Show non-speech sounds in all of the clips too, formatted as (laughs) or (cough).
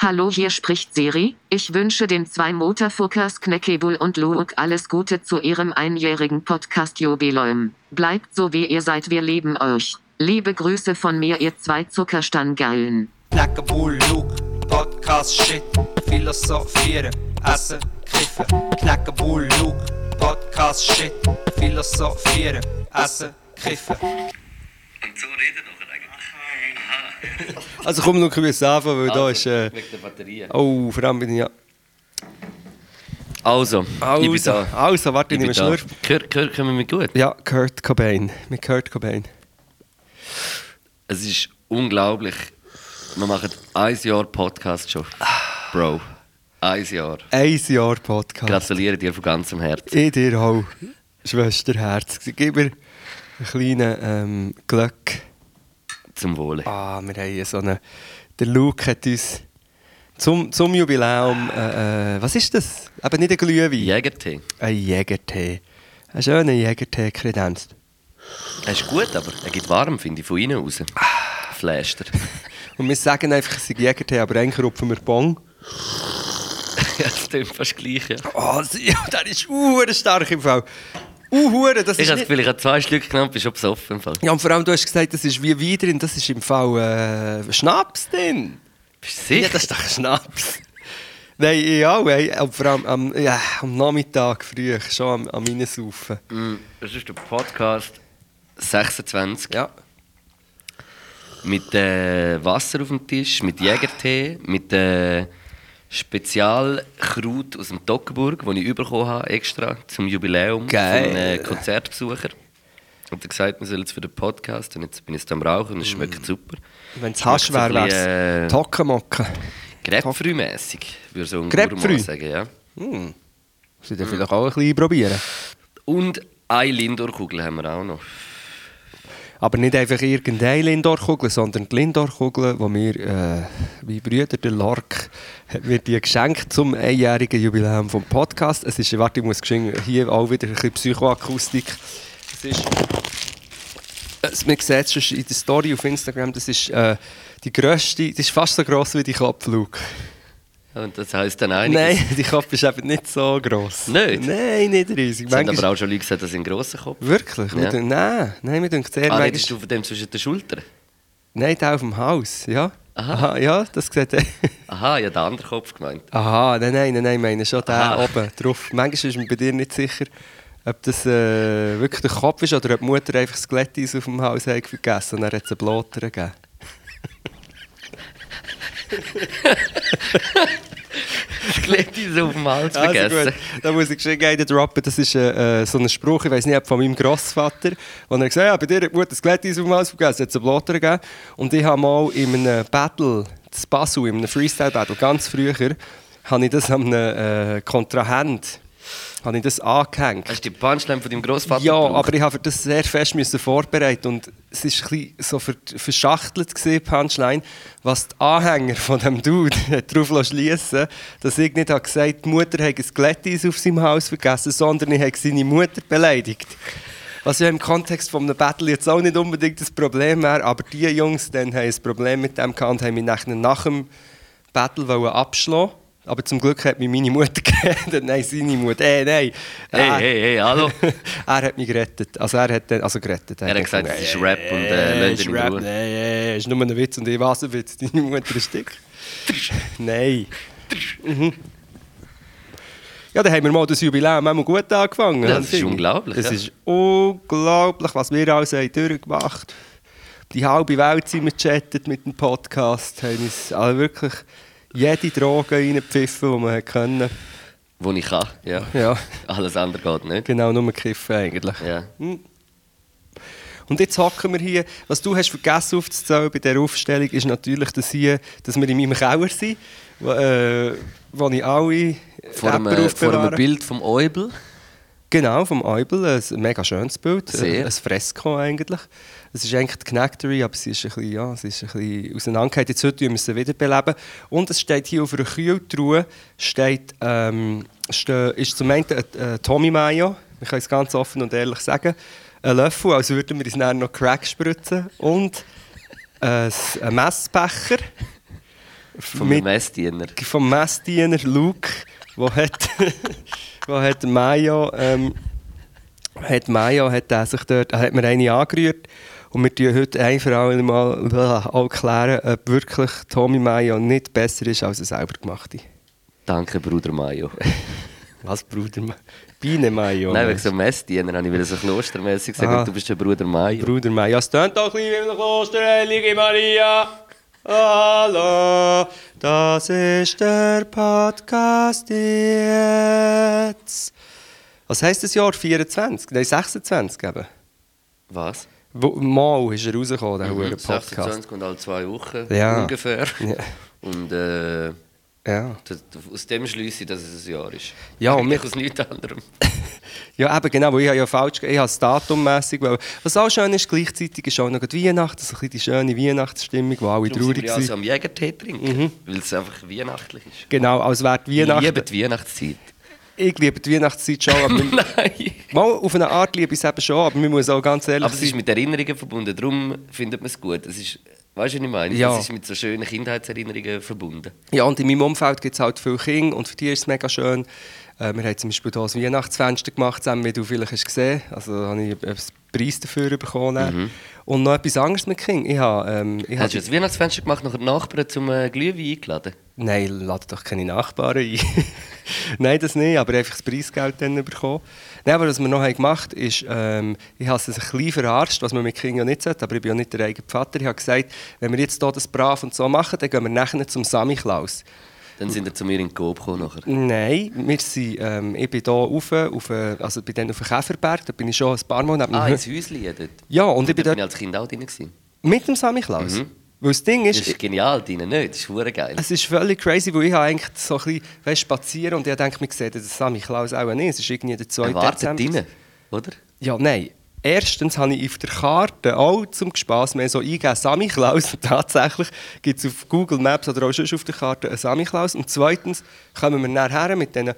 Hallo, hier spricht Siri. Ich wünsche den zwei Motorfuckers Knäckebul und Luuk alles Gute zu ihrem einjährigen Podcast-Jubiläum. Bleibt so wie ihr seid, wir lieben euch. Liebe Grüße von mir, ihr zwei Zuckerstangeilen. Knackenbull, Luke, Podcast, Shit, Philosophieren, Essen, Kiffen. Knackenbull, Luke, Podcast, Shit, Philosophieren, Essen, Kiffen. Und so reden wir eigentlich. Also komm, Luca, wir müssen anfangen, weil Also. da ist... Äh, Wegen der Batterien. oh, vor allem bin ich ja... Also, ich bin Also, da. also warte, Ich ich bin nehme da. Schlürf. Kör, kör, können wir mit gut? Ja, Kurt Cobain. Mit Kurt Cobain. Es ist unglaublich. Wir machen ein Jahr Podcast schon. Bro, ein Jahr. Ein Jahr Podcast. Gratuliere dir von ganzem Herzen. In dir auch, Schwesterherz. Gib mir einen kleinen ähm, Glück. Zum Wohle. Ah, wir haben so einen... Der Luke hat uns zum, zum Jubiläum... Äh, äh, was ist das? Eben nicht ein Glühwein. Jägertee. Ein Jägertee. Ein schöner Jägertee kredenzt. Er ist gut, aber er geht warm, finde ich, von innen raus. Fläster. Und wir sagen einfach, es ist Jägertee, aber eigentlich rupfen wir Bong. (laughs) ja, das stimmt fast gleich. Ja. Oh, (laughs) sie- der ist uhr stark im Fall. Uhuere, das Ich ist habe nicht... das Gefühl, ich habe zwei Stück genommen, bist schon besoffen. im Fall. Ja, und vor allem, du hast gesagt, das ist wie Weidrin, das ist im Fall äh, Schnaps denn. Bist du Ja, sicher? das ist doch Schnaps. Nein, ich auch, ey. Und vor allem eh, am, ja, am Nachmittag früh, schon am, am Reinsaufen. Mm, Das ist der Podcast 26. Ja. Mit äh, Wasser auf dem Tisch, mit Jägertee, mit äh, Spezialkraut aus dem Toggenburg, das ich bekommen habe, extra zum Jubiläum Geil. von einem Konzertbesucher. Und er gesagt, wir sollen es für den Podcast. Und jetzt bin ich jetzt am Rauchen und es schmeckt super. Wenn es Mm. Hasch wäre, Schmeckt so wäre ein es bisschen, äh, Tockenmocken. Grapefruit-mässig, würde so ein Grapefruit? Gourmand sagen. Ja. Hm. Soll ich vielleicht auch ein bisschen probieren? Und eine Lindor-Kugel haben wir auch noch. Aber nicht einfach irgendeine Lindor-Kugel, sondern die Lindor-Kugel, die mir äh, mein Bruder, der Lark, hat mir die geschenkt zum einjährigen Jubiläum vom Podcast. Es ist, warte, ich muss geschenken, hier auch wieder ein bisschen Psychoakustik. Es ist, es, man sieht es schon in der Story auf Instagram, das ist äh, die grösste, das ist fast so gross wie die Kopfluke. Und das heisst dann einiges. Nein, die Kopf ist eben nicht so gross. Nicht? Nein, nicht riesig. Es haben Manchmal, aber auch schon Leute gesagt, das ist ein grosser Kopf. wirklich? Ja. Ja. Nein, nein, wir denken sehr Ah, manchmal- redest du von dem zwischen den Schultern? Nein, der auf dem Haus, ja. Aha. ja, das sieht er. Aha, ja, der andere Kopf gemeint. (laughs) Aha, nein, nein, nein, nein, ich meine schon der Aha. oben drauf. Manchmal ist man bei dir nicht sicher, ob das äh, wirklich der Kopf ist oder ob die Mutter einfach das Glätteis auf dem Haus hat vergessen und dann hat es einen Blotter gegeben. Glättis auf dem Hals Also vergessen. gut, da muss ich schon einen droppen. Das ist äh, äh, so ein Spruch, ich weiß nicht, ob von meinem Grossvater. Und er hat gesagt, ja, bei dir hat die Mutter das Glätteis auf dem Hals vergessen, hat es einen Blotter gegeben. Und ich habe mal in einem Battle, das Basel, in einem Freestyle-Battle, ganz früher, habe ich das an einem äh, Kontrahent habe ich das angehängt. Hast du die Punchline von deinem Grossvater Ja, gebraucht? aber ich habe für das sehr fest müssen vorbereiten und es ist ein bisschen so ver verschachtelt gesehen Punchline, was die Anhänger von dem Dude (laughs) darauf schließen, dass ich nicht habe gesagt, die Mutter hat ein Glätteis auf seinem Haus vergessen, sondern ich habe seine Mutter beleidigt. Was ja im Kontext von einem Battle jetzt auch nicht unbedingt das Problem wäre, aber die Jungs dann haben ein Problem mit dem gehabt und haben mich nachher nach dem Battle wollen abschlagen. Aber zum Glück hat mich meine Mutter (laughs) gerettet. Nein, seine Mutter. Ey, nein. Hey, Ah. hey, hey, hallo. (laughs) er hat mich gerettet. Also er hat, dann- also gerettet. Also, Er hat gesagt, es ist Rap und äh, es lässt ist ihn in Rap. Nein, Ruhe. nein, es ist nur ein Witz und ich weiß ein Witz. Deine Mutter ist dick. nein. Mhm. Ja, dann haben wir mal das Jubiläum einmal gut angefangen. Ja, das oder? ist unglaublich, Das ja. ist unglaublich, was wir alles haben durchgemacht Die halbe Welt sind wir gechattet mit dem Podcast. Haben uns also wirklich jede Droge reingepfiffen, die man konnte. Wo ich kann, ja. Ja, Alles andere geht nicht. genau, nur kiffen eigentlich. Ja. Und jetzt hocken wir hier. Was du hast vergessen aufzuzählen bei dieser Aufstellung, ist natürlich, dass, hier, dass wir in meinem Keller sind, wo, äh, wo ich alle Vor einem, Rapper vor einem aufbewahre. Bild vom Eubel. Genau, vom Eubel. Ein mega schönes Bild. Sehr. Ein Fresko eigentlich. Es ist eigentlich die Knackery, aber sie ist ein bisschen, ja, sie ist ein bisschen auseinandergehalten. Jetzt heute müssen wir sie wiederbeleben. Und es steht hier auf einer Kühltruhe, steht, ähm, ste- ist zum einen ein, äh, Tommy Mayo, ich kann es ganz offen und ehrlich sagen, ein Löffel, als würden wir uns nachher noch Crack spritzen, und ein, ein Messbecher Vom Mit- Messdiener. vom Messdiener Luke, wo (laughs) hat, wo hat Mayo, ähm, hat Mayo, hat er sich dort, hat mir eine angerührt und wir tun heute ein für alle Mal äh, auch klären, ob wirklich Tommy Mayo nicht besser ist als er selber gemachte. Danke, Bruder Mayo. Was, Bruder? Ma- Biene Mayo. Nein, wegen meinst du? so Messdiener habe ich wieder so klostermäßig gesagt, Ah. du bist der Bruder Mayo. Bruder Mayo, es tönt doch ein bisschen wie im Kloster, Heilige Maria. Hallo, das ist der Podcast jetzt. Was heisst das Jahr 24? Nein, 26 eben. Was? Wo, mal ist er rausgekommen, der mhm, Podcast. 26 und alle zwei Wochen Ja. ungefähr. Ja. Und äh, Ja. (laughs) das, aus dem schließe ich, dass es ein Jahr ist. Ja, und Eigentlich wir- aus nichts anderem. ja, eben genau, weil ich habe ja falsch, ge- ich habe es datummässig. wollen. Was auch schön ist, gleichzeitig ist auch noch die Weihnachten, so ein bisschen die schöne Weihnachtsstimmung, wo alle Darum sind traurig wir ja sind. also am Jägertee trinken, weil es einfach weihnachtlich ist. Genau, als wäre die Ich liebe Weihnachten. die Weihnachtszeit. (laughs) Ich liebe die Weihnachtszeit schon, (laughs) aber Nein! Mal auf eine Art liebe ich es eben schon, aber man muss auch ganz ehrlich Aber es ist sein. mit Erinnerungen verbunden, darum findet man es gut. Es ist, weißt du, was ich meine? Ja. Es ist mit so schönen Kindheitserinnerungen verbunden. Ja, und in meinem Umfeld gibt es halt viele Kinder und für die ist es mega schön. Äh, wir haben zum Beispiel hier ein Weihnachtsfenster gemacht, zusammen, wie du vielleicht hast gesehen hast. Also da habe ich einen Preis dafür bekommen. Und noch etwas anderes mit Kindern. Ich habe, ähm, ich Mhm. Hast habe du ein Weihnachtsfenster gemacht, nachher die Nachbarn zum äh, Glühwein eingeladen? Nein, lade doch keine Nachbarn ein. (laughs) Nein, das nicht, aber einfach das Preisgeld dann bekommen. Nein, aber was wir noch haben gemacht haben, ist, ähm, ich habe es ein bisschen verarscht, was man mit Kindern ja nicht sollte, aber ich bin ja nicht der eigene Vater. Ich habe gesagt, wenn wir jetzt hier das brav und so machen, dann gehen wir nachher zum Sammy Klaus. Dann sind sie zu mir in den Coop gekommen nachher. (laughs) Nein, wir sind, ähm, ich bin hier rauf, auf, äh, also bei denen auf dem Käferberg, da bin ich schon ein paar Mal neben dem Ah, Hü- ins Häuschen ja, dort. Ja, und ich bin Da bin ich dort als Kind auch drin. Gewesen. mit dem Sammy Klaus. Weil das Ding Das ist, Also, ist genial, drin nicht? Das ist verdammt geil. Es ist völlig crazy, weil ich habe eigentlich so ein bisschen weißt, spazieren und ich denke, wir sehen den Sammy Klaus auch nicht. Es ist irgendwie der 2. Er wartet drin, oder? Ja, nein. Erstens habe ich auf der Karte auch zum Spass mehr so eingegeben, Sammy Klaus. (laughs) Und tatsächlich gibt es auf Google Maps oder auch sonst auf der Karte einen Sammy Klaus. Und zweitens kommen wir nachher mit diesen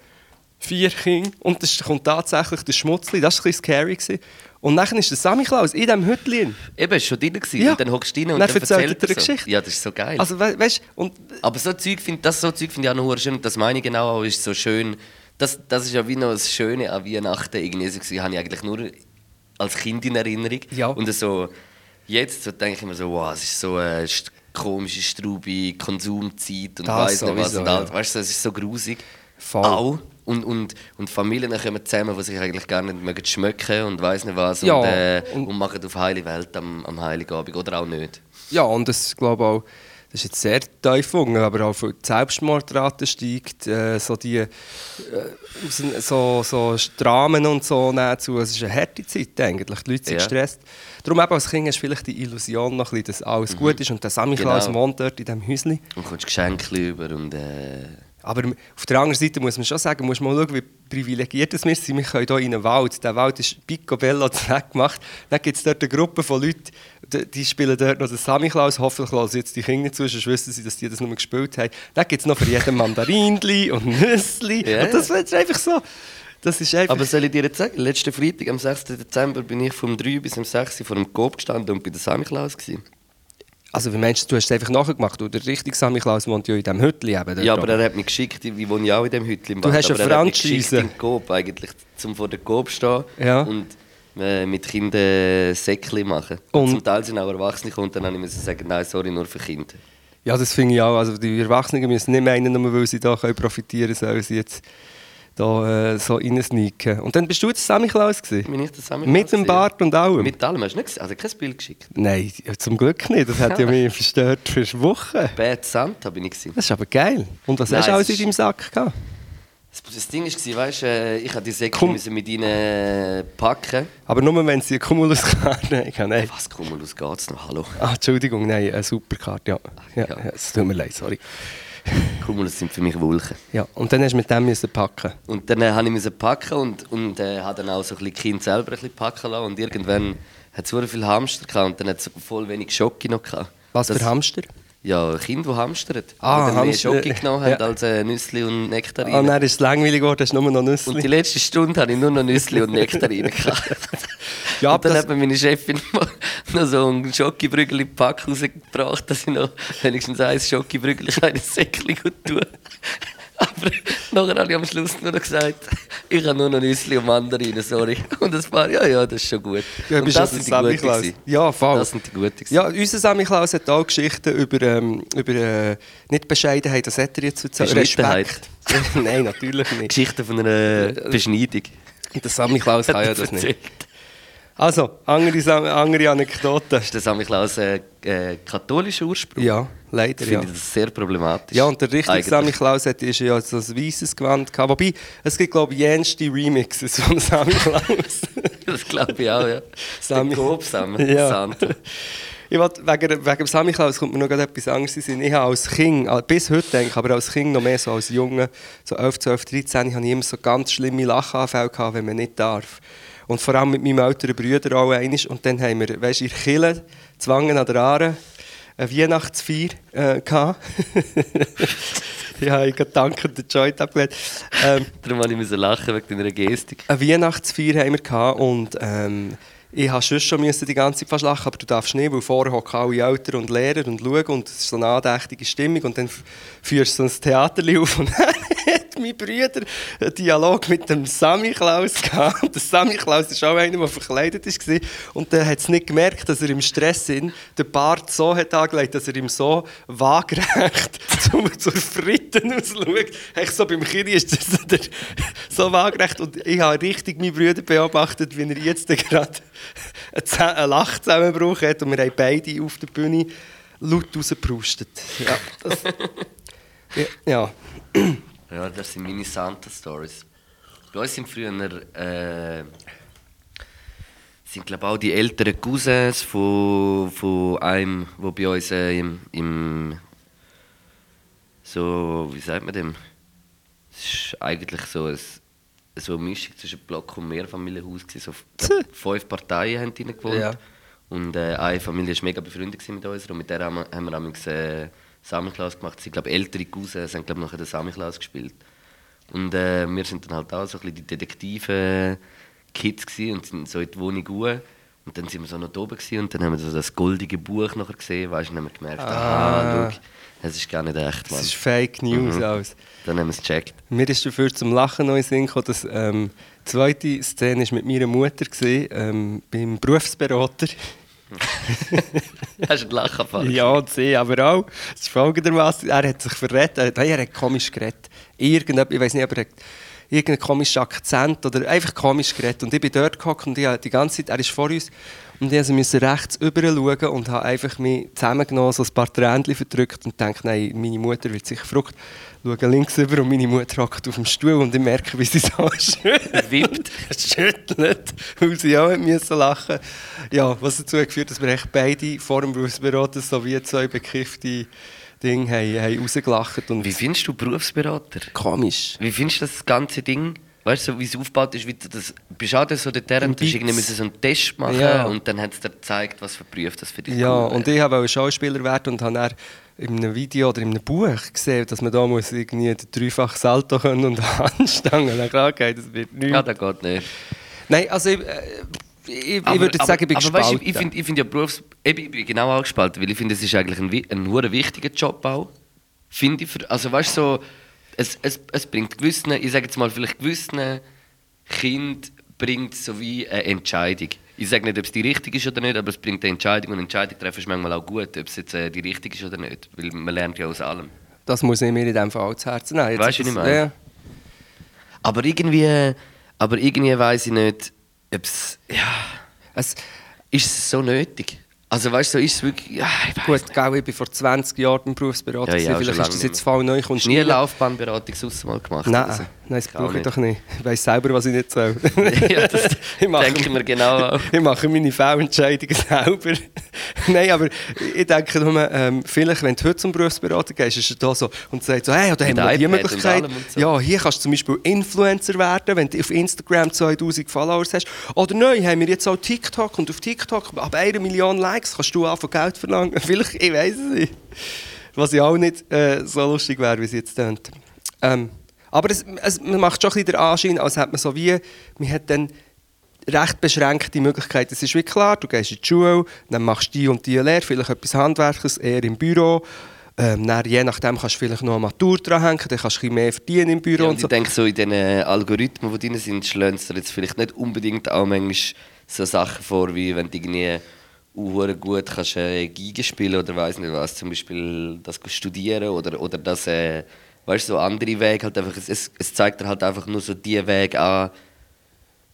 vier Kindern und es kommt tatsächlich der Schmutzli. Das war ein bisschen scary. Gewesen. Und dann ist der Sammy Klaus in diesem Hütchen. Eben, ist schon drin gewesen. Ja. Und dann hockst du rein und Dann dann, erzählt er dir so. eine Geschichte. Ja, das ist so geil. Also, we weißt du, und Aber so Zeug finde das so Zeug finde ich auch noch hure schön. Und das meine ich genau auch, ist so schön. Das, das ist ja wie noch das Schöne an Weihnachten. Irgendwie so gewesen, habe ich eigentlich nur als Kind in Erinnerung. Ja. Und so, jetzt so denke ich mir so, wow, es ist so eine st- komische Strube, Konsumzeit und Das weiss noch was. sowieso, Und ja. alles. Weißt du, es ist so grusig. Voll. Auch. Und, und, und Familien kommen zusammen, die sich eigentlich gar nicht mögen schmecken und weiss nicht was. Ja, Und, äh, und- und, machen auf heile Welt am, am Heiligabend. Oder auch nicht. Ja, und das glaube auch, das ist jetzt sehr tief unten, aber auch die Selbstmordrate steigt, äh, so die äh, aus- so, so Dramen und so nehmen zu. Es ist eine harte Zeit eigentlich, die Leute sind Ja. gestresst. Darum eben als Kind hast du vielleicht die Illusion noch ein bisschen, dass alles gut ist und der Sammy Klaus Mhm. Genau. wohnt dort in diesem Häuschen. Und kommst Geschenke über und... Äh, Aber m- auf der anderen Seite muss man schon sagen, muss man mal schauen, wie privilegiert das wir sind. Wir können hier in einen Wald. Der Wald ist picobello gemacht. Dann gibt es dort eine Gruppe von Leuten, die, die spielen dort noch den Sammy Klaus. Hoffentlich lassen jetzt die Kinder nicht zu, sonst wissen sie, dass die das nur gespielt haben. Dann gibt es noch für jeden Mandarindli (laughs) und Nüssli. Ja. Und das ist einfach so. Das ist einfach... (laughs) Aber soll ich dir jetzt sagen, letzten Freitag, am 6. Dezember, bin ich vom 3 bis um 6 Uhr vor dem Coop gestanden und bei der Sammy Klaus. gewesen. also wie meinst du, du hast es einfach nachgemacht? Oder der richtige Sammy Klaus wohnt ja in diesem Hütli eben. dort Ja, aber oben. er hat mich geschickt, ich wohne ja auch in dem Hütli im Du Wald, hast eine aber er hat mich Franchise. geschickt in den Coop eigentlich, zum vor der Coop stehen Ja. und äh, mit Kindern Säckchen machen. Und- Zum Teil sind auch Erwachsene gekommen und dann musste ich sagen, nein, sorry, nur für Kinder. Ja, das finde ich auch. Also die Erwachsenen müssen nicht meinen, nur weil sie da können profitieren können, sollen sie jetzt da äh, so reinsneaken. Und dann bist du jetzt Sammy Klaus gewesen? Bin ich der Sammy Mit Klaus dem gewesen? Bart und allem? Mit allem, hast du nicht gesehen? Also kein Bild geschickt. Nein, ja, zum Glück nicht. Das (laughs) hat ja mich verstört für Wochen. Bad Santa bin ich. Gewesen. Das ist aber geil. Und was hast Nein, du alles es in ist- deinem Sack gehabt? Das- Das Ding war, weißt du, äh, ich musste die Säckchen Komm. müssen mit ihnen äh, packen. Aber nur, wenn sie eine (laughs) Cumulus-Karte haben. Nein. Was, Cumulus, geht's noch? Hallo? Ah, Entschuldigung, nein, eine Superkarte, ja. Ja, ja. ja. Es tut mir leid, sorry. Cumulus sind für mich Wulchen. Ja, und dann hast du mit dem müssen packen. Und dann äh, musste ich packen und, und äh, habe dann auch so ein bisschen die Kinder selber ein bisschen packen lassen. Und irgendwann hat es sehr viele Hamster gehabt und dann hat es voll wenig Schocke noch gehabt. Was das, für Hamster? Ja, Kinder, die hamstern. Ah, die dann mehr hamstern. Schoki genommen haben Ja. als äh, Nüssli und Nektarine. Ah, dann ist es langweilig geworden, hast du nur noch Nüsse. und die letzte Stunde hatte ich nur noch Nüssli und Nektarine. gehabt. (laughs) Ja, und dann das- hat mir meine Chefin (laughs) mal noch so ein Schokibrügel im Pack rausgebracht, dass ich noch wenigstens ein Schokibrügel in ein Säckchen gut tue. (laughs) Aber nachher habe ich am Schluss nur noch gesagt, ich habe nur noch Nüssli und Mandarinen, sorry. Und ein paar, ja, ja, das ist schon gut. Ja, und bist das also sind die Sammy Guten. Klaus. gewesen. Ja, voll. Das sind die Guten. gewesen. Ja, unser Sammy Klaus hat auch Geschichten über, ähm, über äh, nicht Bescheidenheit, das hat er jetzt sozusagen. Bescheidenheit. (laughs) Nein, natürlich nicht. Geschichten von einer Beschneidung. Der Sammy Klaus kann ja Hat er das nicht. erzählt. Also, andere, Sam- andere Anekdote. Ist der Sammy Klaus äh, äh, katholischer Ursprung? Ja, leider. Finde Ja. ich das sehr problematisch. ja, und der richtige Eigentlich. Sammy Klaus hat ist ja so ein weißes Gewand gehabt. Wobei, es gibt, glaube ich, jenste Remixes von Sammy (laughs) Klaus. (laughs) Das glaube ich auch, (laughs) ja. Sammy. Sammy. Gob (laughs) zusammen. Ja. Sand. Ich wollt, wegen, wegen dem Sammy Klaus kommt mir noch grad etwas anderes in den Sinn. Ich habe als Kind, al- bis heute denke ich, aber als Kind noch mehr so als Junge, so 11, 12, 13, habe ich immer so ganz schlimme Lachanfälle gehabt, wenn man nicht darf. Und vor allem mit meinem älteren Bruder auch einisch. Und dann haben wir, weißt du, in Kille, Zwangen an der Aare, eine Weihnachtsfeier äh, gehabt. (laughs) ja, ich habe dankend den Joint abgelehnt. Ähm, Darum musste ich müssen lachen wegen deiner Gestik. eine Weihnachtsfeier haben wir gehabt und ähm, ich habe sonst schon müssen die ganze Zeit fast lachen, aber du darfst nicht, weil vorher hocken alle Eltern und Lehrer und schauen und es ist so eine andächtige Stimmung und dann f- führst du so ein Theaterli auf und (laughs) dann hat mein Bruder einen Dialog mit dem Sammy Klaus gehabt. Und Der Sammy Klaus war auch einer, der verkleidet war und der hat es nicht gemerkt, dass er im Stress in den Bart so hat angelegt, dass er ihm so waagrecht (laughs) zum, zur Fritten ausschaut. Echt so beim Kind ist das (laughs) so der, so waagrecht. Und ich habe richtig meinen Brüder beobachtet, wie er jetzt gerade einen Zäh- einen Lachzusammenbruch hat. Und wir haben beide auf der Bühne laut rausgeprustet. Ja, das, ja, ja. Ja, das sind meine Santa-Stories. Bei uns sind früher, äh, sind glaube auch die älteren Cousins von, von einem, der bei uns äh, im, im, so, wie sagt man dem? Es ist eigentlich so, ein, so eine Mischung zwischen Block- und Mehrfamilienhaus. gewesen. So, glaub, fünf Parteien haben drin gewohnt. Ja. Und äh, eine Familie war mega befreundet gewesen mit uns und mit der haben wir, haben wir damals äh, Samichlaus gemacht. Sie glaube ältere Cousins haben glaube nachher den Samichlaus gespielt. Und äh, wir sind dann halt auch so ein bisschen die Detektive äh, Kids gewesen und sind so in die Wohnung hoch. Und dann sind wir so noch da oben gewesen und dann haben wir so das goldige Buch nachher gesehen, weißt du, und dann haben wir gemerkt, ah, schau, es ist gar nicht echt, das Mann. ist Fake News Mhm. alles. Dann haben wir es (laughs) gecheckt. Mir ist dafür zum Lachen noch in den Sinn gekommen, dass ähm, die zweite Szene ist mit meiner Mutter gewesen, ähm, beim Berufsberater. Hast du einen (laughs) Lachanfall? Ja, und sie aber auch. Es ist folgendermaßen, er hat sich verredet, er, nein, er hat komisch geredet. Irgendetwas, ich weiß nicht, aber er hat irgendeinen komischen Akzent oder einfach komisch geredet. Und ich bin dort gehockt und ich habe die ganze Zeit, er ist vor uns, und ich also musste rechts rüber schauen und habe einfach mich zusammengenommen, so ein paar Tränchen verdrückt und denke, nein, meine Mutter wird sich gefragt. Schaue links rüber und meine Mutter hockt auf dem Stuhl und ich merke, wie sie so (laughs) schüttelt. Wippt. (laughs) schüttelt, weil sie auch müssen lachen Ja, was dazu geführt dass wir echt beide vor dem Berufsberater so wie zwei bekiffte Dinge haben, haben rausgelacht. Und Wie findest du Berufsberater? komisch. Wie findest du das ganze Ding? Weißt du, so wie es aufgebaut ist? Wie du das, bist du auch so der Terror, Im du hast irgendwie Beats. müssen so einen Test machen Ja. und dann hat es dir gezeigt, was für Berufe das für dich Ja, cool und wäre. ich habe auch Schauspieler werden und habe dann in einem Video oder in einem Buch gesehen, dass man da muss irgendwie den dreifachen Salto können und (laughs) anstangen. Dann klar, okay, das wird nichts. Ja, das geht nicht. Nein, also ich, äh, ich, ich würde jetzt sagen, ich bin aber weißt, gespalten. du, ich finde ich find ja Berufs... Eben, ich bin genau auch gespalten, weil ich finde, es ist eigentlich ein, wi- ein hure wichtiger Job auch. Finde ich. Für, also weißt du, so, es, es, es bringt gewissen, ich sage jetzt mal vielleicht gewissen Kind bringt so wie eine Entscheidung. Ich sage nicht, ob es die richtige ist oder nicht, aber es bringt eine Entscheidung und Entscheidung treffen ist manchmal auch gut, ob es jetzt äh, die richtige ist oder nicht, weil man lernt ja aus allem. das muss ich mir in dem Fall zu Herzen nehmen. Jetzt Weißt du, ist das- was ich meine? Ja. Aber irgendwie, aber irgendwie weiß ich nicht, ob es, ja, Es, ist es so nötig? Also weißt du, so ist es wirklich, ja, ich weiss Gut, gell, ich bin vor 20 Jahren im Berufsberater. gewesen. Ja, ja, schon Vielleicht ist lange das nicht jetzt mehr. voll neu. Hast du nie eine Laufbahnberatung sonst mal gemacht? Nein, oder so? nein, das Auch brauche ich nicht. (laughs) doch nicht. Ich weiss selber, was ich nicht soll. (laughs) Ja, das denke ich mir genau auch. Ich mache meine Fehlentscheidungen selber. (laughs) Nein, aber ich denke nur, ähm, vielleicht, wenn du heute zum Berufsberater gehst, ist er da so und sagt so, hey, da haben Mit wir die iPad und Möglichkeit. allem und so. Ja, hier kannst du zum Beispiel Influencer werden, wenn du auf Instagram 2000 Followers hast. Oder neu haben wir jetzt auch (laughs) TikTok und auf TikTok ab einer Million Likes kannst du anfangen Geld verlangen. Vielleicht, ich weiß es nicht. Was ja auch nicht äh, so lustig wäre, wie es jetzt tönt. Ähm, aber es, es man macht schon ein bisschen den Anschein, als hätte man so wie, man hat dann recht beschränkte Möglichkeiten. Es ist wie klar, du gehst in die Schule, dann machst du die und die Lehre, vielleicht etwas Handwerkliches, eher im Büro. Ähm, dann, je nachdem kannst du vielleicht noch eine Matur dranhängen, dann kannst du ein bisschen mehr verdienen im Büro Ja, und und so. Ich denke, so in den äh, Algorithmen, die drin sind, schlagen sie dir jetzt vielleicht nicht unbedingt auch manchmal so Sachen vor, wie wenn du irgendwie uh, gut kannst, äh, Giga spielen oder weiß nicht was, zum Beispiel das studieren oder, oder das, äh, weißt du, so andere Wege. Halt einfach, es- es, es zeigt dir halt einfach nur so die Wege an, die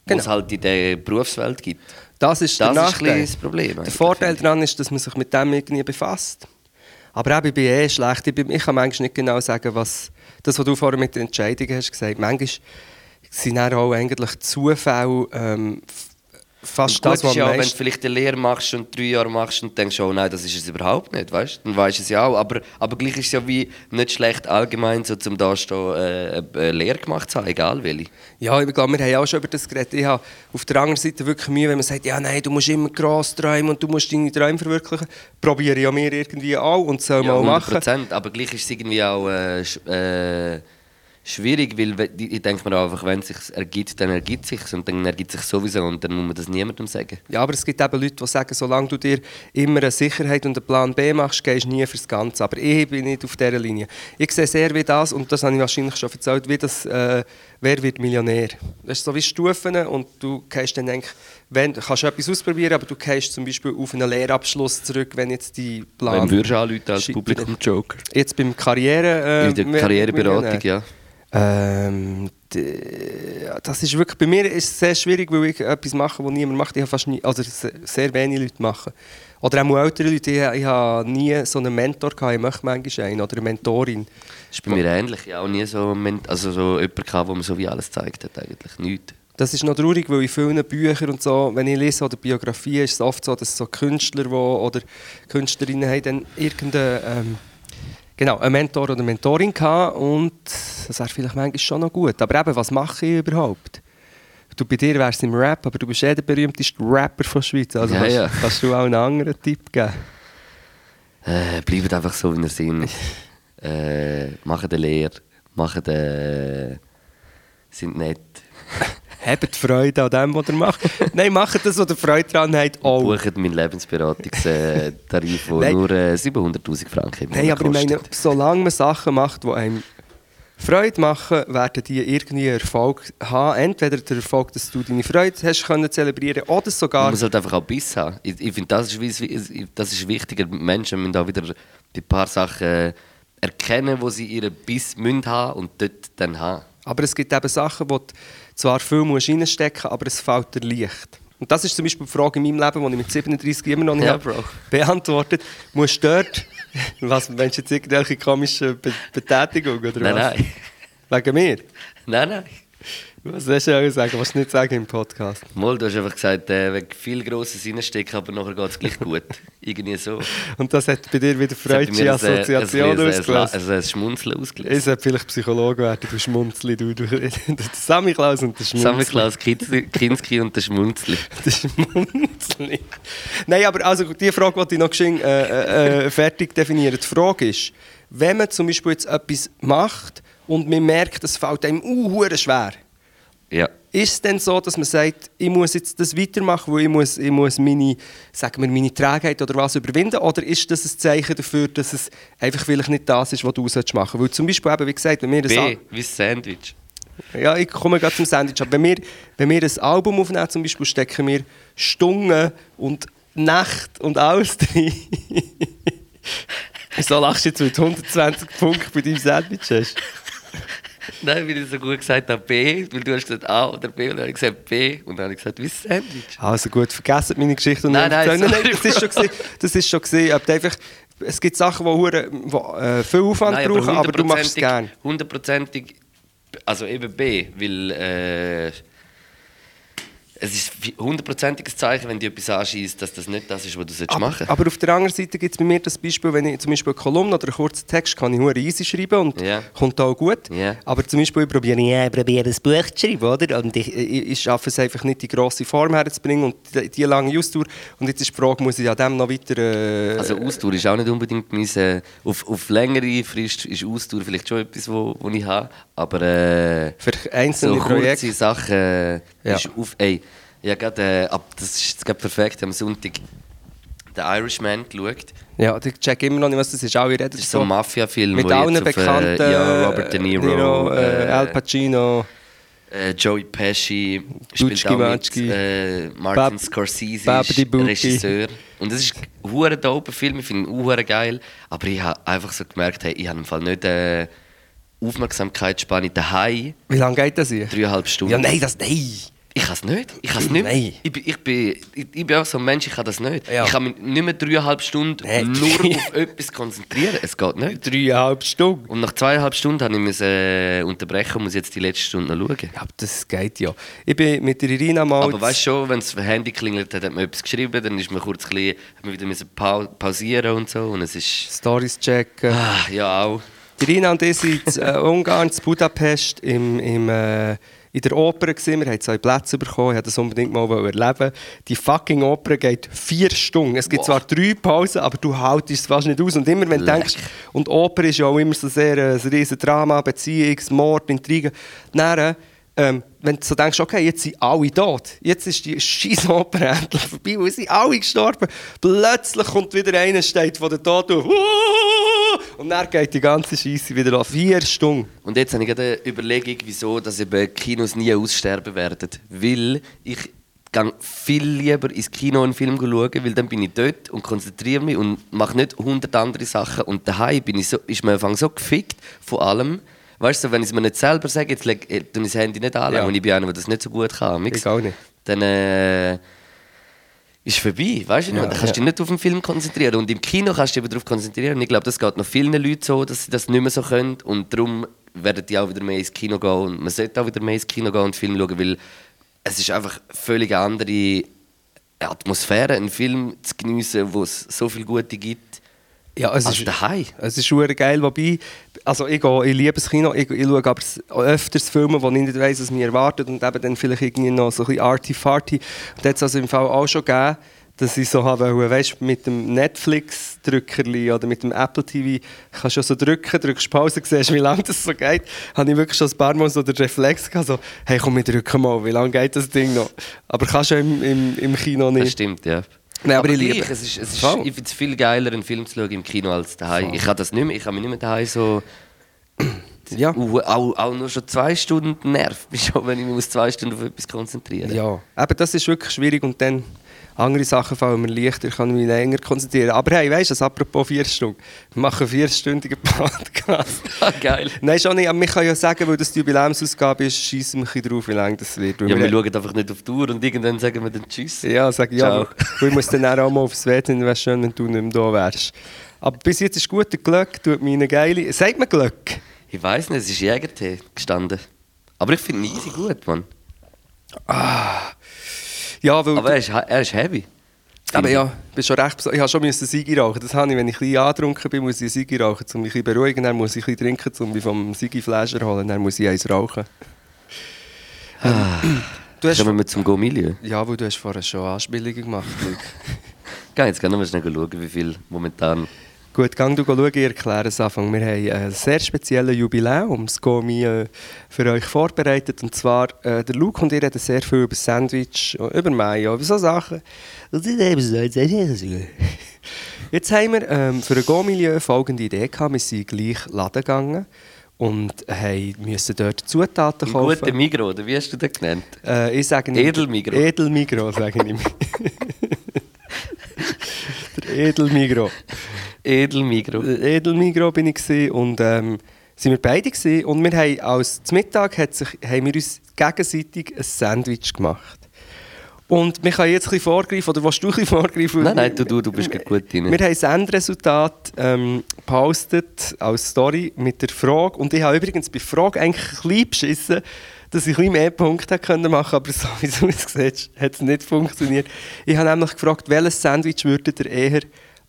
Genau. es halt in der Berufswelt gibt. Das ist der Das ist ein Nachteil. bisschen das Problem Der eigentlich, Vorteil finde ich. daran ist, dass man sich mit dem irgendwie befasst. Aber eben, ich bin eh schlecht. Ich, bin, ich kann manchmal nicht genau sagen, was das, was du vorher mit den Entscheidungen hast gesagt. Manchmal sind dann auch eigentlich Zufälle ähm, f- fast Und das, gut was ist ja, man auch, wenn du vielleicht eine Lehre machst und drei Jahre machst und denkst, oh nein, das ist es überhaupt nicht, weißt Dann weißt du es ja auch. Aber, aber gleich ist es ja wie nicht schlecht allgemein, so zum da stehen, äh, eine Lehre gemacht zu haben, egal welche. Ja, ich glaube, wir haben auch schon über das geredet. Ich habe auf der anderen Seite wirklich Mühe, wenn man sagt, ja, nein, du musst immer gross träumen und du musst deine Träume verwirklichen. Probiere ja mir irgendwie auch und soll Ja, mal machen. 100%, aber gleich ist es irgendwie auch äh, sch- äh, schwierig, weil we- ich denke mir auch einfach, wenn es sich ergibt, dann ergibt es sich und dann ergibt es sich sowieso und dann muss man das niemandem sagen. Ja, aber es gibt eben Leute, die sagen, solange du dir immer eine Sicherheit und einen Plan B machst, gehst du nie fürs Ganze. Aber ich bin nicht auf dieser Linie. Ich sehe sehr wie das, und das habe ich wahrscheinlich schon erzählt, wie das äh, «Wer wird Millionär?» Das ist so wie Stufen und du gehst dann eigentlich, wenn, kannst du etwas ausprobieren, aber du gehst zum Beispiel auf einen Lehrabschluss zurück, wenn jetzt die Plan... Wenn würdest du anrufen als Scheitern. Publikum-Joker? Jetzt beim Karriere... äh, In der Wer wird Karriereberatung, Millionär? ja. Ähm, d- ja, das ist wirklich, bei mir ist es sehr schwierig, weil ich etwas mache, was niemand macht. Ich habe fast nie, also se- sehr wenige Leute machen. Oder auch mal ältere Leute. Ich, ich habe nie so einen Mentor gehabt. Ich möchte manchmal einen oder eine Mentorin. Das ist bei mir ähnlich. Ich habe auch nie so, einen- also so jemanden, gehabt, der mir so wie alles gezeigt hat, eigentlich nichts. Das ist noch traurig, weil in vielen Büchern und so, wenn ich lese oder Biografien, ist es oft so, dass so Künstler die, oder Künstlerinnen haben dann irgendeinen ähm, genau, einen Mentor oder eine Mentorin gehabt und das wäre vielleicht manchmal schon noch gut. Aber eben, was mache ich überhaupt? Du, bei dir wärst im Rap, aber du bist eh der berühmteste Rapper von der Schweiz. Also Ja, kannst, ja. kannst du auch einen anderen Tipp geben? Äh, bleibt einfach so, wie (laughs) ihr seid. äh, macht eine Lehre, macht äh, sind nett. Habt Freude an dem, was ihr (laughs) macht. Nein, macht das, was ihr Freude daran habt, auch. Bucht meinen Lebensberatungstarif, der Oh. (laughs) Nein. nur äh, 700'000 Franken im Nein, Monat aber ich meine, kostet. solange man Sachen macht, die einem Freude machen, werden die irgendwie Erfolg haben. Entweder der Erfolg, dass du deine Freude hast können zelebrieren oder Man sogar... muss halt einfach auch Biss haben. Ich, ich finde, das ist, wie- das ist wichtiger. Menschen müssen auch wieder die paar Sachen äh, erkennen, wo sie ihren Biss müssen haben und dort dann haben. (laughs) Aber es gibt eben Sachen, wo du zwar viel musst reinstecken musst, aber es fällt dir leicht. Und das ist zum Beispiel die Frage in meinem Leben, die ich mit 37 immer noch nicht Ja, habe Bro. beantwortet. Musst du dort... (laughs) Was, meinst du jetzt irgendwelche komische Be Betätigung oder Nein, was? nein. Wegen mir? nein, nein. Was willst du auch sagen? Was du nicht sagen im Podcast? Mal, du hast einfach gesagt, äh, wegen viel Grosses reinstecken, aber nachher geht es gleich (laughs) gut. Irgendwie so. Und das hat bei dir wieder freudige Das hat bei mir ein, äh, Assoziation ein bisschen ein- ausgelöst. ein- ein Schmunzeln ausgelöst. Ich sollte vielleicht Psychologe werden, du Schmunzli, du. (laughs) du der Sammy Klaus und der Schmunzli. Sammy Klaus Kitz- Kinski und der Schmunzli. Der Schmunzli. Nein, aber also, die Frage wollte ich noch geschwind, äh, äh, äh, fertig definieren. Die Frage ist, wenn man zum Beispiel jetzt etwas macht und man merkt, es fällt einem uh, schwer, Ja. ist es denn so, dass man sagt, ich muss jetzt das weitermachen, weil ich muss, ich muss meine, sagen wir, meine Trägheit oder was überwinden? Oder ist das ein Zeichen dafür, dass es einfach vielleicht nicht das ist, was du solltest machen? Weil zum Beispiel eben, wie gesagt, wenn wir das B, wie das Sandwich. ja, ich komme gerade zum Sandwich. Aber wenn wir, wenn wir ein Album aufnehmen, zum Beispiel, stecken wir Stunden und Nacht und alles (laughs) drin. Wieso lachst du jetzt, weil du 120 Punkte bei deinem Sandwich hast? Nein, weil ich so gut gesagt habe, B, weil du hast gesagt A oder B und dann habe ich gesagt B und dann habe ich gesagt, wie das Sandwich. Also gut, vergessen meine Geschichte und Nein, nein, erzählen. sorry, das ist schon gesehen. Das ist schon gesehen. Ob du einfach, es gibt Sachen, die hure- die äh, viel Aufwand brauchen, aber, du machst es hundertprozentig- gerne. Hundertprozentig, also eben B, weil äh, es ist hundertprozentiges Zeichen, wenn du etwas anschießt, dass das nicht das ist, was du sollst aber, machen solltest. aber auf der anderen Seite gibt es bei mir das Beispiel, wenn ich zum Beispiel eine Kolumne oder einen kurzen Text kann ich nur easy schreiben und Ja. kommt auch gut. Ja. Aber zum Beispiel ich probiere ja, ich probiere ein Buch zu schreiben, oder? Und ich, ich, ich schaffe es einfach nicht, die grosse Form herzubringen und die, die lange Ausdauer. Und jetzt ist die Frage, muss ich an dem noch weiter... Äh, Also Ausdauer ist auch nicht unbedingt mein... Äh, auf, auf längere Frist ist Ausdauer vielleicht schon etwas, wo, wo ich habe, aber... Äh, für einzelne so Projekte. kurze Sachen äh, Ja. ist auf... Ey, ja, gerade, äh, ab, das ist jetzt gerade perfekt, am Sonntag «The Irishman» geschaut. Ja, ich check immer noch nicht, was das ist. Alle reden Das ist so ein davon. Mafia-Film, Mit wo jetzt allen auf, äh, bekannten... ja, Robert De Niro, äh, äh, Al Pacino... Äh, Joey Pesci spielt Dutschki, auch mit, Matschki. äh, Martin Bab- Scorsese Babdi ist Bubi. Regisseur. Und es ist ein hure doper Film, ich finde ihn hure geil. Aber ich habe einfach so gemerkt, hey, ich habe im Fall nicht äh, Aufmerksamkeitsspanne daheim, Wie lange geht das hier? dreieinhalb Stunden. Ja, nein, das... Nein! Ich kann es nicht. Ich kann es nicht. Nein. Ich, bin- ich, bin, ich, ich bin auch so ein Mensch, ich kann das nicht. Ja. Ich kann mich nicht mehr dreieinhalb Stunden Nein. (laughs) nur auf etwas konzentrieren. Es geht nicht. Dreieinhalb Stunden. Und nach zweieinhalb Stunden habe ich müssen, äh, unterbrechen und muss jetzt die letzte Stunde noch schauen. Ja, aber das geht ja. Ich bin mit der Irina mal... Aber weißt du schon, wenn das Handy klingelt hat, hat man etwas geschrieben, dann ist man kurz ein bisschen, hat man wieder müssen pau pausieren und so. Und es ist. Stories checken. Ah, ja, auch. Die Rina und ich waren in (laughs) äh, Ungarn, in Budapest, im, im, äh, in der Oper. Gewesen. Wir haben zwei Plätze bekommen, ich wollte das unbedingt mal erleben. Die fucking Oper geht vier Stunden. Es gibt Boah. zwar drei Pausen, aber du haltest es fast nicht aus. Und immer wenn du Leck. denkst, und Oper ist ja auch immer so sehr äh, ein riesen Drama, Beziehungs-, Mord, Intrigen. Dann, äh, ähm, wenn du so denkst, okay, jetzt sind alle tot, jetzt ist die scheiß Oper (laughs) endlich vorbei, weil sind alle gestorben. Plötzlich kommt wieder einer, steht von der Tod auf. (laughs) Und dann geht die ganze Scheiße wieder auf. Vier Stunden. Und jetzt habe ich gerade eine Überlegung, wieso dass eben Kinos nie aussterben werden. Weil ich gehe viel lieber ins Kino einen Film schauen, weil dann bin ich dort und konzentriere mich und mache nicht hundert andere Sachen. Und daheim bin ich so, ist man am Anfang so gefickt von allem. Weißt du, wenn ich es mir nicht selber sage, jetzt lege ich mein Handy nicht an, Ja. und ich bin einer, der das nicht so gut kann. Mix. Ich auch nicht. Dann äh, ist vorbei, weißt du noch? Ja, Dann kannst du dich nicht auf den Film konzentrieren. Und im Kino kannst du dich eben darauf konzentrieren. Und ich glaube, das geht noch vielen Leuten so, dass sie das nicht mehr so können. Und darum werden die auch wieder mehr ins Kino gehen. Und man sollte auch wieder mehr ins Kino gehen und Film schauen, weil es ist einfach völlig andere Atmosphäre, einen Film zu geniessen, wo es so viel Gute gibt. Ja, es Als ist daheim. Es ist schon geil, wobei, also ich, gehe, ich liebe das Kino, ich, ich schaue aber s- öfters Filme, wo ich nicht weiss, was mich erwartet und eben dann vielleicht irgendwie noch so ein bisschen arty-farty. Und jetzt also im Fall auch schon gegeben, dass ich so habe, weißt, mit dem Netflix-Drücker oder mit dem Apple TV kannst du ja so drücken, drückst Pause, siehst, wie lange das so geht. Habe ich wirklich schon ein paar Mal so den Reflex gehabt, so, hey komm, wir drücken mal, wie lange geht das Ding noch? Aber kannst du ja im, im, im Kino Das nicht. stimmt, ja. Nein, aber ich gleich, liebe- es. Ist, es ist, Voll. ich finde es viel geiler, einen Film zu schauen im Kino als daheim. Ich kann das nicht mehr. Ich kann mich nicht mehr daheim so. Ja. Uh, auch, auch nur schon zwei Stunden nervt mich schon, wenn ich mich muss zwei Stunden auf etwas konzentrieren Ja, aber das ist wirklich schwierig und dann andere Sachen fallen mir leichter, ich kann mich länger konzentrieren. Aber hey, weißt du, das apropos vier Stunden, wir machen einen vierstündigen (laughs) Podcast. Ah, Geil. Nein, schon nicht, aber man kann ja sagen, weil das die Jubiläumsausgabe ist, schießen wir ein bisschen drauf, wie lange das wird. Weil Ja, wir wir- schauen einfach nicht auf die Uhr und irgendwann sagen wir dann Tschüss. ja, sag ich, Ciao. ja. weil Ich muss dann auch mal aufs Wetter, wäre schön, wenn du nicht mehr da wärst. Aber bis jetzt ist gut, der Glück tut meine geile... Sagt mir Glück? Ich weiß nicht, es ist Jägertee gestanden. Aber ich finde ihn easy gut, Mann. Ja, weil... Aber er ist, he- er ist heavy. Aber ja, ich bin schon recht beso- Ich habe schon müssen Sigi rauchen. Das habe ich, wenn ich ein bisschen angetrunken bin, muss ich Sigi rauchen, um mich ein bisschen beruhigen. Dann muss ich ein bisschen trinken, um mich vom Sigi Flasher holen. Dann muss ich eins rauchen. Ähm, du hast, Kommen wir zum Go-Milieu. ja, weil du hast vorher schon Anspielungen gemacht. Luke. Geil, jetzt gehen wir mal schnell schauen, wie viel momentan. Gut, gang du schauen, ich erkläre es Anfang. Wir haben ein sehr spezielles Jubiläum, das Gomi äh, für euch vorbereitet. Und zwar, äh, der Luke und ich reden sehr viel über Sandwich, äh, über Mayo, über so Sachen. Und ich nehme es nicht, das (laughs) Jetzt haben wir ähm, für ein Gourmilieu folgende Idee gehabt. Wir sind gleich Laden gegangen und haben, müssen dort Zutaten Ein kaufen. guter Migro, oder wie hast du den genannt? Äh, ich sage nicht. Edelmigro. Edelmigro, sage ich. (laughs) der Edelmigro. Edelmigro. Äh, Edelmigro bin ich gewesen und ähm, sind wir beide gewesen. und wir haben als zum Mittag hat sich, haben wir uns gegenseitig ein Sandwich gemacht. Und wir können jetzt ein bisschen vorgreifen, oder willst du ein bisschen vorgreifen? Nein, nein, du, du, du äh, bist gerade gut drin. Wir haben das Endresultat ähm, gepostet als Story mit der Frage. Und ich habe übrigens bei Frage eigentlich ein bisschen beschissen, dass ich ein bisschen mehr Punkte hätte können machen aber (laughs) so wie du es siehst, hat es nicht funktioniert. Ich habe nämlich gefragt, welches Sandwich würdet ihr eher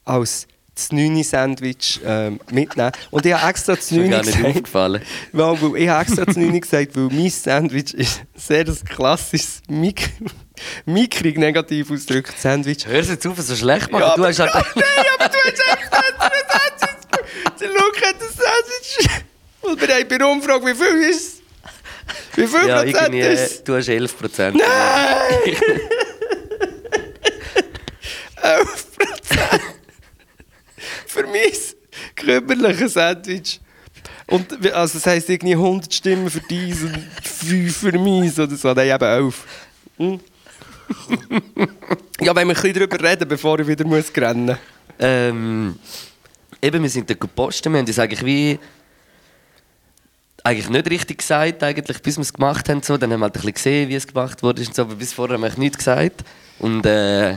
als das 9-Sandwich ähm, mitnehmen? Und ich habe extra das ist mir 9 gar nicht gesagt. aufgefallen. Weil, weil ich habe extra zu 9 gesagt, weil mein Sandwich ist sehr ein klassisches Mik (laughs) mickrig negativ ausgedrücktes Sandwich. Hör jetzt auf, so schlecht machen. Ja, du aber- (laughs) hast halt... Nein, aber du hast echt ein Sandwich. Der Luke hat ein Sandwich. Und wir haben bei der Umfrage, wie viel ist es? Wie viel Ja, Prozent irgendwie, ist es? äh, du hast 11 Prozent. Nein! 11 Prozent. (laughs) Für mein kümmerliches Sandwich. Und, wie- also das heisst irgendwie 100 Stimmen für dies und 5 für meins oder so. Nein, eben 11. Hm. ja, wenn wir ein bisschen darüber reden, bevor ich wieder muss rennen Ähm, eben, wir sind dann gepostet. Wir haben das eigentlich wie... Eigentlich nicht richtig gesagt, eigentlich, bis wir es gemacht haben. So. Dann haben wir halt ein bisschen gesehen, wie es gemacht wurde. Und so. Aber bis vorher haben wir eigentlich nichts gesagt. Und äh,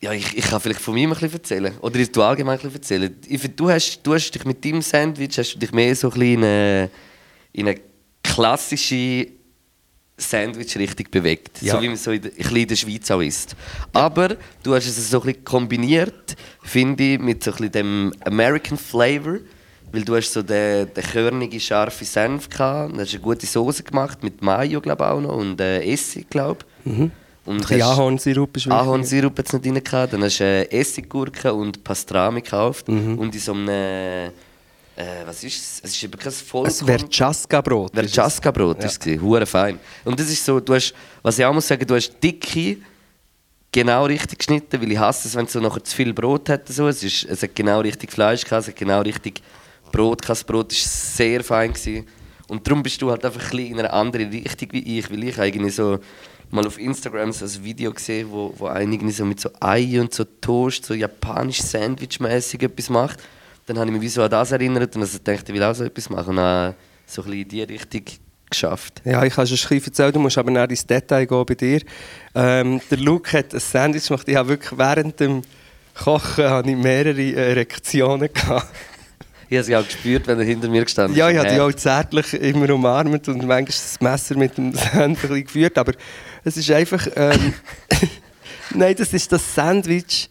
ja, ich, ich kann vielleicht von mir ein bisschen erzählen. Oder du allgemein ein bisschen erzählen. Ich finde, du, hast, du hast dich mit deinem Sandwich hast du dich mehr so ein bisschen in eine, in eine klassische Sandwich-Richtung bewegt. Ja. So wie man so in der, ein bisschen in der Schweiz auch isst. Aber du hast es so ein bisschen kombiniert, finde ich, mit so ein bisschen dem American Flavor. Weil du hast so den, den körnigen, scharfen Senf gehabt. und hast eine gute Soße gemacht, mit Mayo, glaube ich, auch noch. Und äh, Essig, glaube ich. Und Ein bisschen hast- Ahornsirup ist wichtig. Ahornsirup jetzt nicht rein gehabt, dann hast du äh, Essiggurken und Pastrami gekauft Mhm. und in so einem äh, was ist es? Es ist eben kein Ein Vollkorn. Verchaska-Brot. Verchaska-Brot war es, hure fein. Und das ist so, du hast, was ich auch muss sagen, du hast dicke genau richtig geschnitten, weil ich hasse es, wenn es so nachher zu viel Brot hat. So. Es, ist, es hat genau richtig Fleisch gehabt, es hat genau richtig Brot gehabt. Das Brot war sehr fein. Gewesen. Und darum bist du halt einfach ein bisschen in einer anderen Richtung wie ich, weil ich eigentlich so mal auf Instagram so ein Video gesehen, wo, wo einer irgendwie so mit so Ei und so Toast, so japanisch Sandwich-mäßig etwas macht. Dann habe ich mich wie so an das erinnert und also dachte, ich will auch so etwas machen. Und dann so ein bisschen in die Richtung geschafft. Ja, ich kann es ein bisschen erzählen, du musst aber näher ins Detail gehen bei dir. Ähm, der Luke hat ein Sandwich gemacht. Ich habe wirklich während dem Kochen habe ich mehrere Erektionen gehabt. (laughs) Ich habe es auch gespürt, wenn er hinter mir gestanden Ja, ist. ich habe die Äh, auch zärtlich immer umarmt und manchmal das Messer mit dem (laughs) Sandwich ein bisschen geführt, aber es ist einfach... Ähm, (laughs) Nein, das ist das Sandwich.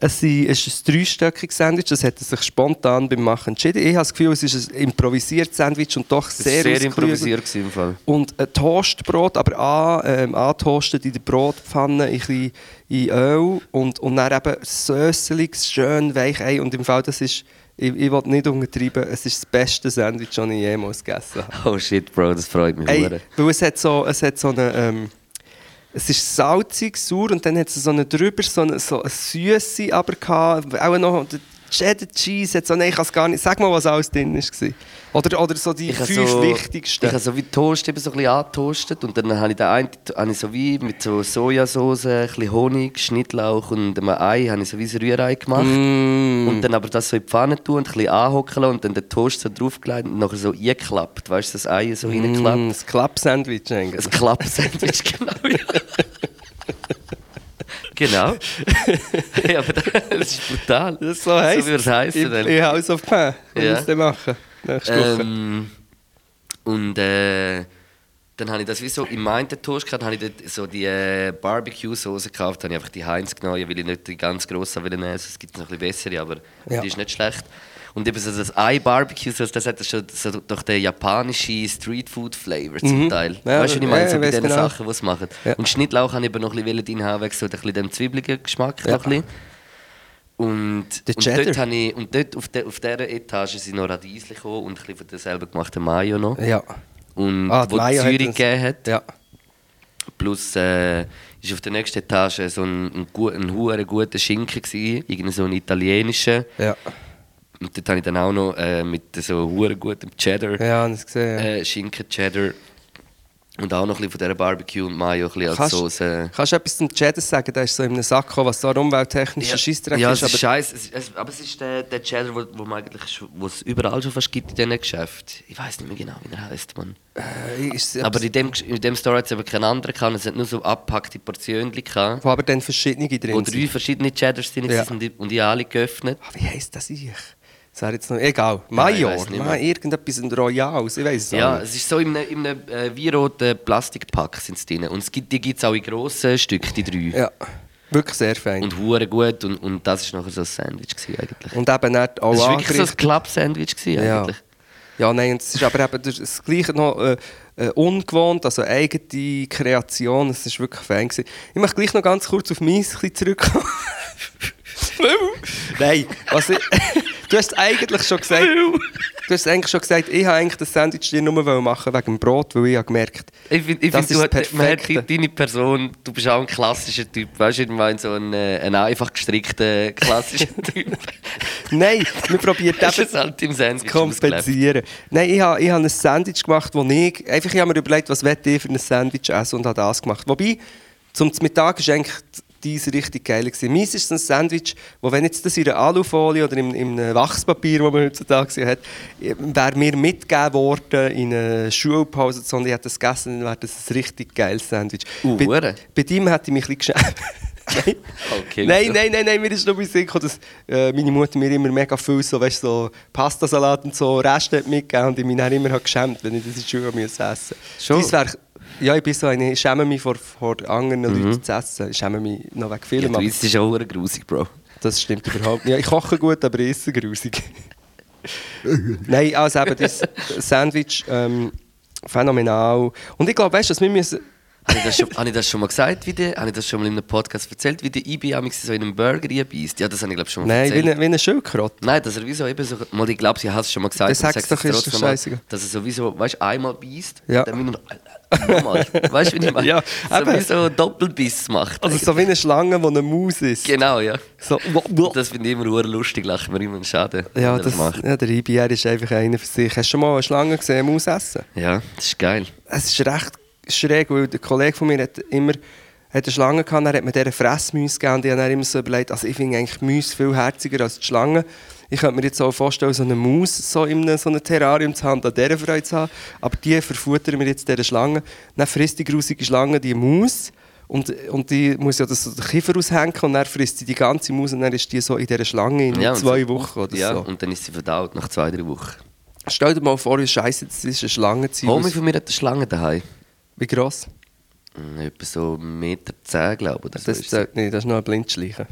Es sind- es ist ein dreistöckiges Sandwich, das hat er sich spontan beim Machen entschieden. Ich habe das Gefühl, es ist ein improvisiertes Sandwich und doch Es war sehr, sehr ausgeklügelt. improvisiert gewesen im Fall. Und ein Toastbrot, aber an, ähm, angetoastet in der Brotpfanne, ein bisschen in Öl und, und dann eben Sösselig, schön weich Ei. Und im Fall, das ist, ich, ich will nicht untertreiben, es ist das beste Sandwich, das ich jemals gegessen habe. Oh shit, Bro, das freut mich Ey, hure. weil es hat so, es hat so eine, ähm, es ist salzig, sauer und dann hat es so eine drüber, so eine, so eine Süße aber gehabt, auch noch der Cheddar Cheese hat so, nein, ich kann es gar nicht, sag mal, was alles drin war. Oder, oder so die Ich habe fünf so, wichtigsten. Ich habe so wie Toast eben so ein bisschen angetoastet und dann habe ich den einen habe ich so wie mit so Sojasauce, ein bisschen Honig, Schnittlauch und einem Ei habe ich so wie ein Rührei gemacht. Mm. Und dann aber das so in die Pfanne tun und ein bisschen anhocken lassen und dann den Toast so draufgelegt und nachher so eingeklappt. Weißt du, das Ei so reingeklappt. Mm, das Klapp-Sandwich eigentlich. Ein Klappsandwich, (laughs) genau. Ja. (laughs) genau. hey, aber das ist brutal. Das so heisst. So wie es heisst. Im, im House of Pain. Wenn Ja. wir es dann machen. Nächste Woche. Ähm, und äh, dann habe ich das wie so in meinen Toast gehabt, habe ich dort so die äh, Barbecue-Soße gekauft, habe ich einfach die Heinz genommen, weil ich nicht die ganz grosse will nehmen, es gibt noch ein bisschen bessere, aber Ja. die ist nicht schlecht. Und eben so das Ei Barbecue, Sauce, das hat schon so doch den japanischen Streetfood-Flavor zum Teil. Mhm. Ja, weißt du, was ich meine? ja, so bei weiss den genau. Sachen, die es machen. Ja. Und Schnittlauch habe ich eben noch ein bisschen drin haben, wegen so ein bisschen dem zwiebeligen Geschmack. Ja. Noch ein bisschen. Und, Der und Cheddar. dort habe ich, und dort auf, der, auf dieser Etage sind noch Radiesli gekommen und ein bisschen von der selber gemachten Mayo noch. ja. Und Ah, die wo die Mayo hat Zürich uns- gegeben Ähm, hat. Ja. Plus äh, ist auf der nächsten Etage so ein, ein, gu- ein hure guter Schinken gewesen, irgendein so ein italienischer. Ja. Und dort habe ich dann auch noch äh, mit so hure gutem Cheddar, Ja, habe ich gesehen. Ja. äh, Schinken Cheddar Und auch noch ein bisschen von dieser Barbecue und Mayo ein bisschen als Kannst- Soße. Kannst du etwas zum Cheddar sagen? Der ist so in einem Sack, gekommen, was da umwelttechnischer Scheissdreck ja, ist. es ist Aber scheiße. Es, es, aber es ist der, der Cheddar, wo, wo man eigentlich schon- wo es überall schon fast gibt in diesen Geschäften. Ich weiß nicht mehr genau, wie er heißt, Mann. äh, ist es Aber in dem, Gesch- in dem Store hat es eben keinen anderen gehabt. Es hat nur so abgepackte Portionen gehabt, wo aber dann verschiedene wo drin drei sind. verschiedene Cheddars drin Ja. sind und die- und die alle geöffnet. Ah, wie heisst das ich? Das wäre jetzt noch... Egal. ich Major. weiss nicht Ma, mehr. irgendetwas in Royals. Ich weiß es auch Ja, nicht. es ist so in einem, in einem äh, wie roten Plastikpack sind es drin. Und es gibt, die gibt es auch in grossen Stücken, die drei. Ja. Wirklich sehr fein. Und, Und hure gut. Und, und das war nachher so ein Sandwich gewesen, eigentlich. eben nicht Es auch war wirklich so ein angerichtet. Club-Sandwich gewesen, Ja. eigentlich. ja, nein, und es ist aber eben durch- das Gleiche noch äh, äh, ungewohnt, also eigene Kreation, es ist wirklich fein gewesen. Ich möchte gleich noch ganz kurz auf meins ein bisschen (laughs) zurückkommen. nein, was ich, (laughs) du hast eigentlich schon gesagt, du hast eigentlich schon gesagt, ich habe eigentlich das Sandwich dir nur wollen machen wegen dem Brot, weil ich habe gemerkt, Ich finde, ich Das find, du ist das hat- man hat Perfekte. de- deine Person, du bist auch ein klassischer Typ. Weißt du, ich meine, so ein, äh, ein einfach gestrickter, klassischer (laughs) Typ. nein, (laughs) wir probieren (laughs) das eben ist halt im Sandwich ausgelebt. kompensieren. Nein, ich habe, ich habe ein Sandwich gemacht, wo ich... Einfach, ich habe mir überlegt, was will ich für ein Sandwich essen und habe das gemacht. Wobei, zum Mittag war eigentlich dies richtig geil. Gewesen. Meins ist so ein Sandwich, wo wenn jetzt das in einer Alufolie oder im, im Wachspapier, das man heutzutage hat, wäre mir mitgegeben worden in eine Schulpause und ich hätte das gegessen, dann wäre das ein richtig geiles Sandwich. Uh, bei, hure. bei deinem hätte ich mich ein bisschen geschämt. (laughs) Nein. Okay, nein, wieso? Nein, nein, nein, mir ist noch in den Sinn gekommen, dass äh, meine Mutter mir immer mega viel so, weißt, so Pastasalat und so Reste hat mitgegeben und ich mich dann immer hat geschämt, wenn ich das in die Schule musste essen Schon? Dies wär, ja, ich bin so eine, ich schäme mich vor, vor anderen Leuten zu essen. Ich schäme mich noch wegen Mhm. Ja, Filmen. du aber isst, ist auch hure grusig, Bro. das stimmt überhaupt nicht. Ja, ich koche gut, aber ich esse grusig. Nein, also eben das Sandwich, ähm, phänomenal. Und ich glaube, weißt du, dass wir müssen... (laughs) Habe ich, das schon, habe ich das schon mal gesagt? Wie der, habe ich das schon mal in einem Podcast erzählt, wie der IB am liebsten so in einem Burger reinbeißt? Ja, das habe ich glaube schon mal Nein, erzählt. wie ein, wie ein Schildkrott. Nein, dass er wieso eben so. Mal, ich glaube, sie hat es schon mal gesagt. Dann aber ich sag's sag's doch, jetzt ist doch trotzdem mal, scheißegal. Dass er sowieso, weißt du, einmal beißt, Ja. dann wieder äh, nochmal. Weißt du, wie ich (laughs) meine? Ja, so eben. wie so einen Doppelbiss macht. Also so wie eine Schlange, die eine Maus ist. Genau, ja. So, wo- wo- Das finde ich immer hure lustig, lachen wir immer einen Schaden. wenn ja, er das, ja, der IBR ist einfach einer für sich. Hast du schon mal eine Schlange gesehen, Maus essen? Ja, das ist geil. Es ist recht schräg, weil der Kollege von mir hat immer hat eine Schlange gehabt, dann hat mir dieser Fressmäuse gegeben und ich habe dann immer so überlegt, also ich finde eigentlich die Mäuse viel herziger als die Schlange. Ich könnte mir jetzt auch vorstellen, so eine Maus so in einem, so einem Terrarium zu haben, an dieser Freude zu haben, aber die verfuttern wir jetzt dieser Schlange. Dann frisst die grusige Schlange die Maus und, und die muss ja das so den Kiefer aushängen und dann frisst sie die ganze Maus und dann ist die so in dieser Schlange in Ja, und zwei so- Wochen oder Ja, so. und dann ist sie verdaut nach zwei, drei Wochen. Stell dir mal vor, wie scheiße das ist, eine Schlange zu Homie sein. von mir hat eine Schlange daheim. Wie gross? Hm, Etwa so 1,10 Meter, zehn, glaube ich. oder so Das ist sie. zählt nicht, das ist noch ein Blindschleichen.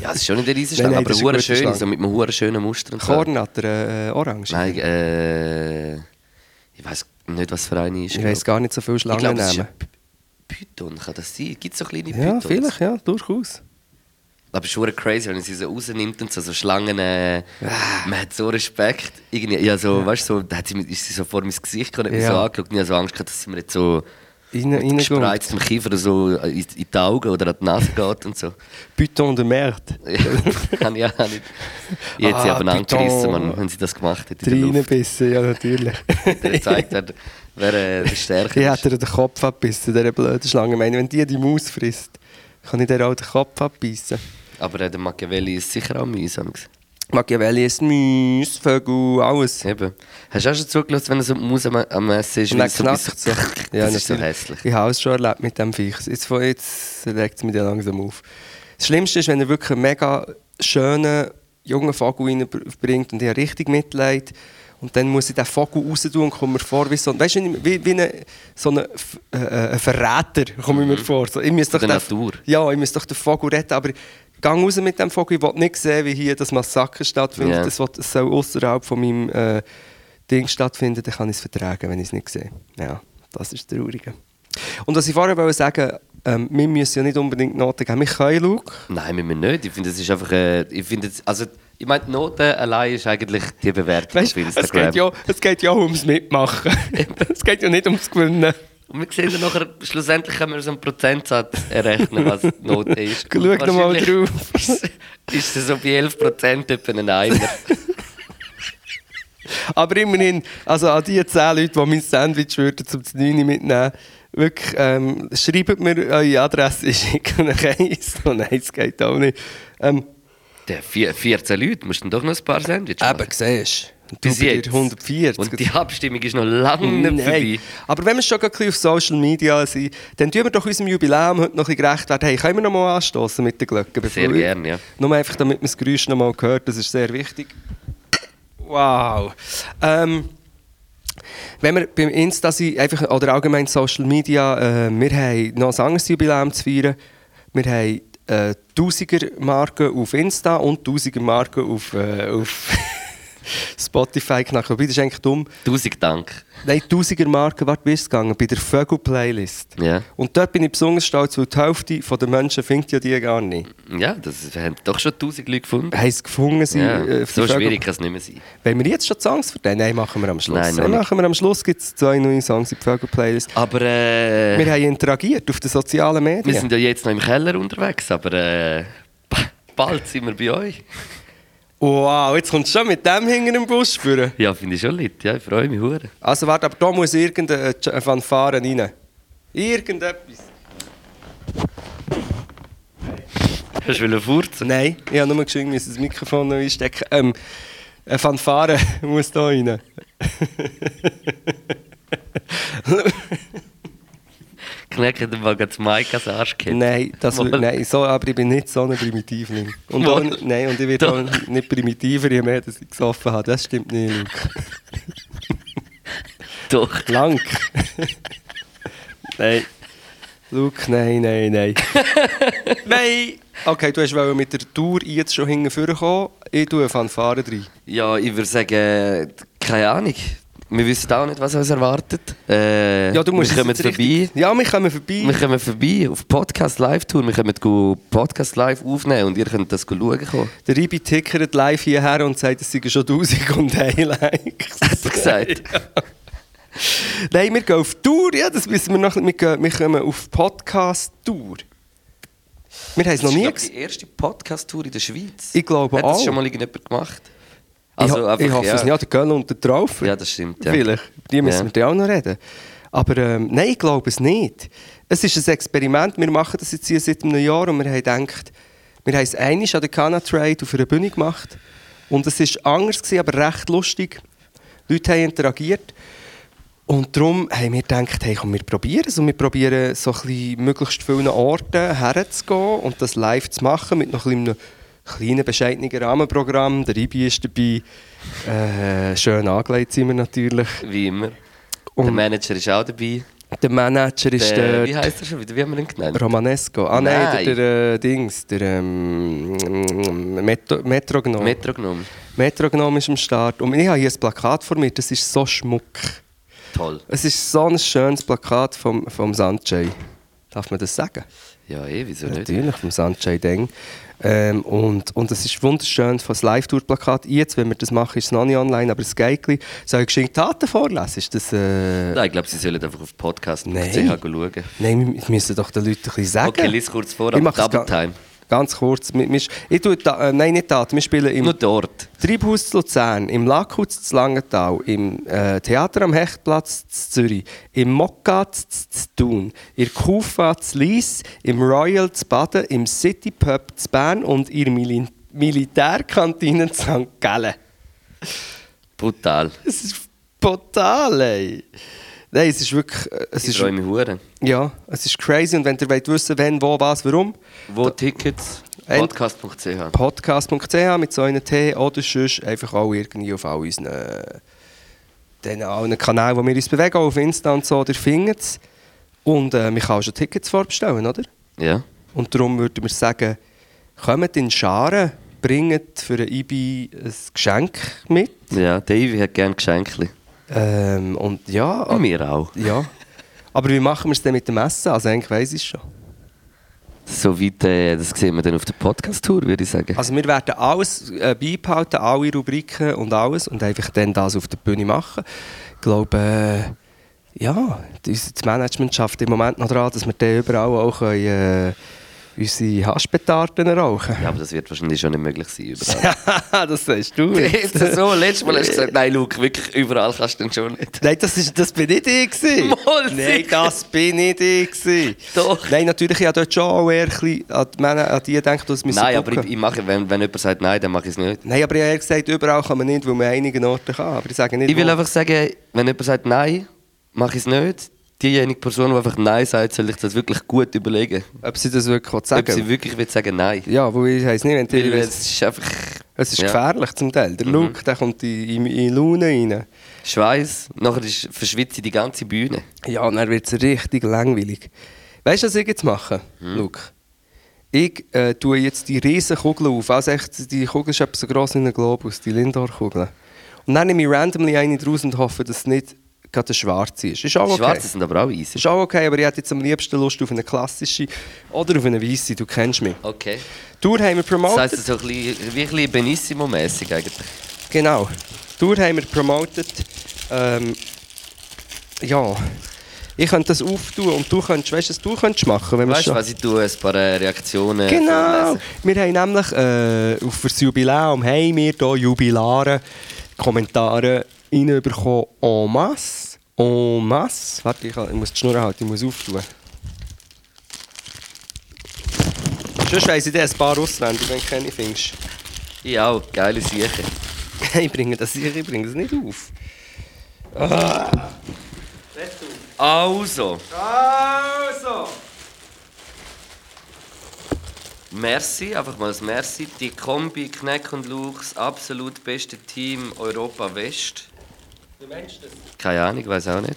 Ja, es ist schon nicht eine riesen (laughs) Nein, Schlange, nein, aber das ist eine gute eine hure schöne, Schlange. so mit einem hure schönen Muster und so. Kornatter, äh, Orange. Nein, äh, ich weiß nicht, was für eine ist. ich weiß gar nicht so viele Schlangen Ich glaube, es ist nehmen. ein P- Python, kann das sein? Gibt es so kleine Ja, Pythons? vielleicht, ja, durchaus. Aber es ist schon crazy, wenn man sie so rausnimmt und so, so Schlangen. Äh, Ah. man hat so Respekt. Irgendwie, ja, so, weißt du, so, da hat sie, mir- ist sie so vor mein Gesicht gekommen, hat mich Ja. so angeschaut und ich habe so Angst gehabt, dass sie mir jetzt so Rein- mit reingeschaut. gespreiztem Kiefer so in, in die Augen oder an die Nase geht und so. (laughs) Python de Merde. Ja, habe ich auch nicht. Ich hätte sie Ah, aber Python. angerissen, Mann, wenn sie das gemacht hätte. in der Luft. Reinbissen, ja, (laughs) natürlich. Dann gezeigt, wer, wer äh, der Ich Stärke ist. hätte ihr den Kopf abbissen, dieser blöden Schlange. Ich meine, wenn die die Maus frisst, kann ich dir auch den Kopf abbissen. Aber äh, der Machiavelli ist sicher auch mühsam. gewesen. Machiavelli ist Müs, Vögel, alles. Eben. Hast du auch schon zugelassen, wenn er so die Maus am, am Essen ist? Und weil dann es so ein knackt so. bisschen- (laughs) das ist so natürlich. hässlich. Ich habe es schon erlebt mit dem Viech. Jetzt, von- jetzt regt es mich dann langsam auf. Das Schlimmste ist, wenn er wirklich einen mega schönen, jungen Vogel reinbringt und ich habe richtig Mitleid. Und dann muss ich den Vogel raus tun und komme mir vor wie so ein, weißt, du, wie, wie eine, so ein F- äh, äh, ein Verräter, komme ich mir vor. So, ich muss doch Mhm. der den- Natur. Ja, ich muss doch den Vogel retten, aber gang raus mit dem Vogel. Ich will nicht sehen, wie hier das Massaker stattfindet. Ja. Das will, es soll außerhalb von meinem äh, Ding stattfinden, dann kann ich es vertragen, wenn ich es nicht sehe. Ja, das ist traurig. Und was ich vorher wollte sagen, ähm, wir müssen ja nicht unbedingt Noten geben. Wir können, Luke. Nein, müssen wir nicht. Ich finde, es ist einfach. Äh, ich finde, es- also, ich meine, die Note allein ist eigentlich die Bewertung Weißt, es, geht ja, es geht ja auch ums Mitmachen. es geht ja nicht ums Gewinnen. Und wir sehen dann nachher, schlussendlich können wir so einen Prozentsatz errechnen, was die Note ist. (laughs) Schau noch mal Wahrscheinlich (laughs) drauf. Ist es so bei 11% etwa ein Einer. Aber immerhin, also an die 10 Leute, die mein Sandwich würden zum 9 Uhr mitnehmen, wirklich, ähm, schreibt mir eure Adresse, ich schicke euch eins. Oh nein, das geht auch nicht. Ähm, Der vier, 14 Leute, musst du doch noch ein paar Sandwiches eben, siehst du. Du bist dir 140. Und die Abstimmung ist noch lange Nein. nicht vorbei. Mm, Aber wenn wir schon gerade ein bisschen auf Social Media sind, dann tun wir doch unserem Jubiläum heute noch ein bisschen gerecht werden. Hey, können wir noch mal anstoßen mit den Glocken? bevor Sehr wir- gerne, ja. Nur einfach, damit man das Geräusch noch mal hört, das ist sehr wichtig. Wow. Ähm, wenn wir beim Insta sind, einfach, oder allgemein Social Media, äh, wir haben noch ein anderes Jubiläum zu feiern. Wir haben äh, 1000er Marken auf Insta und 1000er Marken auf, äh, auf (laughs) Spotify knackt. Wobei, das ist eigentlich dumm. Tausend Dank. Nein, tausiger Marken, warte, wie ist es gegangen? Bei der Vögel-Playlist. Ja. Und dort bin ich besonders stolz, weil die Hälfte von der Menschen findet ja die gar nicht. Ja, das wir haben doch schon tausend Leute gefunden. Haben sie gefunden, Äh, sie, Ja, äh, die so Vögel- schwierig kann es nicht mehr sein. Wollen wir jetzt schon die Songs verteilen? Nein, machen wir am Schluss. Nein, noch Nein, nicht. machen wir am Schluss, gibt es zwei neue Songs in der Vögel-Playlist. Aber äh, Wir haben interagiert auf den sozialen wir Medien. sind ja jetzt noch im Keller unterwegs, aber äh, b- bald sind wir bei euch. Wow, jetzt kommt schon mit dem hinter dem Bus führen. Ja, finde ich schon Leute. Ja, ich freue mich hure. Also warte, aber da muss irgendeine äh, Fanfare rein. Irgendetwas. Hast du wollen furzen? Nein, ich habe nur geschwind müssen das Mikrofon neu einstecken. Ähm, eine Fanfare (laughs) muss da (laughs) rein. Knack hat mal gerade Maikas Arsch gehabt. Nein, das Mal. wür- nein so, aber ich bin nicht so ein Primitivling. Und auch, Mal. nicht- nein, und ich werde auch nicht primitiver, je mehr dass ich gesoffen habe. Das stimmt nicht, Luke. Doch. Blank. nein. Luke, nein, nein, nein. nein! Okay, du hast wollen mit der Tour jetzt schon hinten kommen. Ich tue eine Fanfare rein. Ja, ich würde sagen, keine Ahnung. Wir wissen auch nicht, was uns erwartet. Äh, Ja, du musst wir kommen es jetzt vorbei. richtig- Ja, wir kommen vorbei. Wir kommen vorbei auf Podcast Live Tour. Wir können go Podcast Live aufnehmen und ihr könnt das go schauen kommen. Der Ribi tickert live hierher und sagt, es seien schon 1000 und ein Likes. (laughs) Hat er gesagt. (laughs) Nein, wir gehen auf Tour, ja, das wissen wir noch nicht. Wir, gehen, wir kommen auf Podcast-Tour. Wir haben es noch Das ist, nie glaub ich, gesehen. die erste Podcast Tour in der Schweiz. Ich glaube Hat das auch. schon mal irgendjemand gemacht? Also ich, ho- ich hoffe ja. es nicht, der Göll und der Traufer. Ja, das stimmt, ja. Vielleicht, die müssen Ja. wir dann auch noch reden. Aber ähm, nein, ich glaube es nicht. Es ist ein Experiment, wir machen das jetzt hier seit einem Jahr und wir haben gedacht, wir haben es einmal an der Cana Trade auf einer Bühne gemacht und es war anders, gewesen, aber recht lustig. Leute haben interagiert. Und darum haben wir gedacht, hey, komm, wir probieren es. Und wir probieren, so ein bisschen möglichst vielen Orten herzugehen und das live zu machen mit noch ein bisschen einem kleinen, bescheidenen Rahmenprogramm. Der Ibi ist dabei. Äh, schön angelegt sind wir natürlich. Wie immer. Und- der Manager ist auch dabei. Der Manager ist Der, der, wie heißt er schon wieder? Wie haben wir ihn genannt? Romanesco. Ah nein, Nein. der, der äh, Dings, der ähm, Metro, Metrognom. Metro genommen. Metrognom ist am Start. Und ich habe hier ein Plakat vor mir, das ist so schmuck. Toll. Es ist so ein schönes Plakat vom, vom Sanjay. Darf man das sagen? Ja, eh, wieso nicht? Natürlich, vom Sanjay Deng. Ähm, und, und es ist wunderschön von das Live-Tour-Plakat. Jetzt, wenn wir das machen, ist es noch nicht online, aber das Geigli. Soll ich geschenkt Taten vorlesen? Ist das... Äh... Nein, ich glaube, sie sollen einfach auf podcast.ch Nein. schauen. Nein, wir müssen doch den Leuten ein bisschen sagen. Okay, lies kurz vor, Ich aber mach's Double ga- Time. Ganz kurz. Wir- wir- Ich tue da, äh, nein, nicht Tat. Wir spielen im Nur dort. Treibhaus zu Luzern, im Lackhutz zu Langenthal, im äh, Theater am Hechtplatz zu Zürich, im Mokka zu, zu, zu Thun, in der Kufa zu Lies, im Royal zu Baden, im City Pub zu Bern und in der Mili Militärkantine zu St. Gallen. Brutal. Es ist brutal, ey. Nein, es ist wirklich... äh, Es Ich ist, freue mich hure. ja, es ist crazy und wenn ihr wollt wissen wenn, wo, was, warum, Wo Tickets? End- Podcast.ch. podcast.ch mit so einem T oder sonst einfach auch irgendwie auf all unseren äh, den allen Kanälen, wo wir uns bewegen, auch auf Insta und so, der findet es. Und äh, man kann auch schon Tickets vorbestellen, oder? Ja. Und darum würden wir sagen, kommt in Scharen, bringt für den Ibi ein Geschenk mit. Ja, Davy hat gerne Geschenke. Ähm, und ja, Und mir auch. ja. Aber wie machen wir es denn mit dem Essen? Also eigentlich weiss ich es schon. Soweit, äh, das sehen wir dann auf der Podcast-Tour, würde ich sagen. Also wir werden alles äh, beibehalten, alle Rubriken und alles und einfach dann das auf der Bühne machen. Ich glaube, äh, ja, das das Management schafft im Moment noch daran, dass wir dann überall auch können, äh, unsere Haschpetarden rauchen. Ja, aber das wird wahrscheinlich schon nicht möglich sein. (laughs) Überall. das sagst du. (laughs) Ist das so, letztes Mal hast du (laughs) gesagt, nein, Luke, wirklich überall kannst du den schon nicht. Nein, das, ist, das bin nicht ich. (laughs) gewesen. Mal Nein, sicher. das bin nicht ich. gewesen. Doch. Nein, natürlich, ich habe dort schon auch eher ein bisschen an die, Männer, an die gedacht, dass wir Nein, aber ich, ich mache, wenn, wenn jemand sagt nein, dann mache ich es nicht. Nein, aber ich habe eher gesagt, überall kann man nicht, weil man an einigen Orten kann. Aber ich sage nicht, Ich will wo. einfach sagen, wenn jemand sagt nein, mache ich es nicht. Diejenige Person, die einfach nein sagt, soll ich das wirklich gut überlegen. ob sie das wirklich Ob sagen sie wirklich will sagen nein. Ja, wo ich heiss nicht, wenn Weil die, es ist einfach es ist ja. Mhm. gefährlich zum Teil. Der Look, der kommt in, in, in Laune rein. Schweiß, nachher ist, verschwitze ich die ganze Bühne. Ja, und dann wird es richtig langweilig. Weißt du, was ich jetzt mache, Mhm. Luke? Ich äh, tue jetzt die riesen Kugel auf. Also echt, die Kugel ist etwa so gross wie ein Globus, die Lindor-Kugel. Und dann nehme ich randomly eine draus und hoffe, dass es nicht gerade eine schwarze ist. Ist auch Die okay. Schwarze sind aber auch easy. Ist auch okay, aber ich hätte jetzt am liebsten Lust auf eine klassische oder auf eine weiße. Du kennst mich. Okay. Tour haben wir Das promoted. heisst, so ein bisschen, wie ein bisschen Benissimo-mässig eigentlich. Genau. Die Tour haben wir promotet. Ähm, ja. Ich könnte das auftun und du könntest, weißt du, was du könntest machen, wenn wir Weißt du, schon... was ich tue? Ein paar äh, Reaktionen. Genau. vorlesen. Wir haben nämlich äh, auf das Jubiläum haben wir hier Jubilare Kommentare reinbekommen en masse. En masse. Warte, ich, kann- ich muss die Schnur halten, ich muss auftun. Sonst weiss ich dir ein paar auswendig, wenn du keine findest. (laughs) Ich auch. Geile Sache. ich bringe das sicher, ich bringe das nicht auf. Also, Also! merci. Einfach mal ein Merci. Die Kombi Kneck und Luch, das absolut beste Team Europa West. Du meinst das? Keine Ahnung, weiß auch nicht.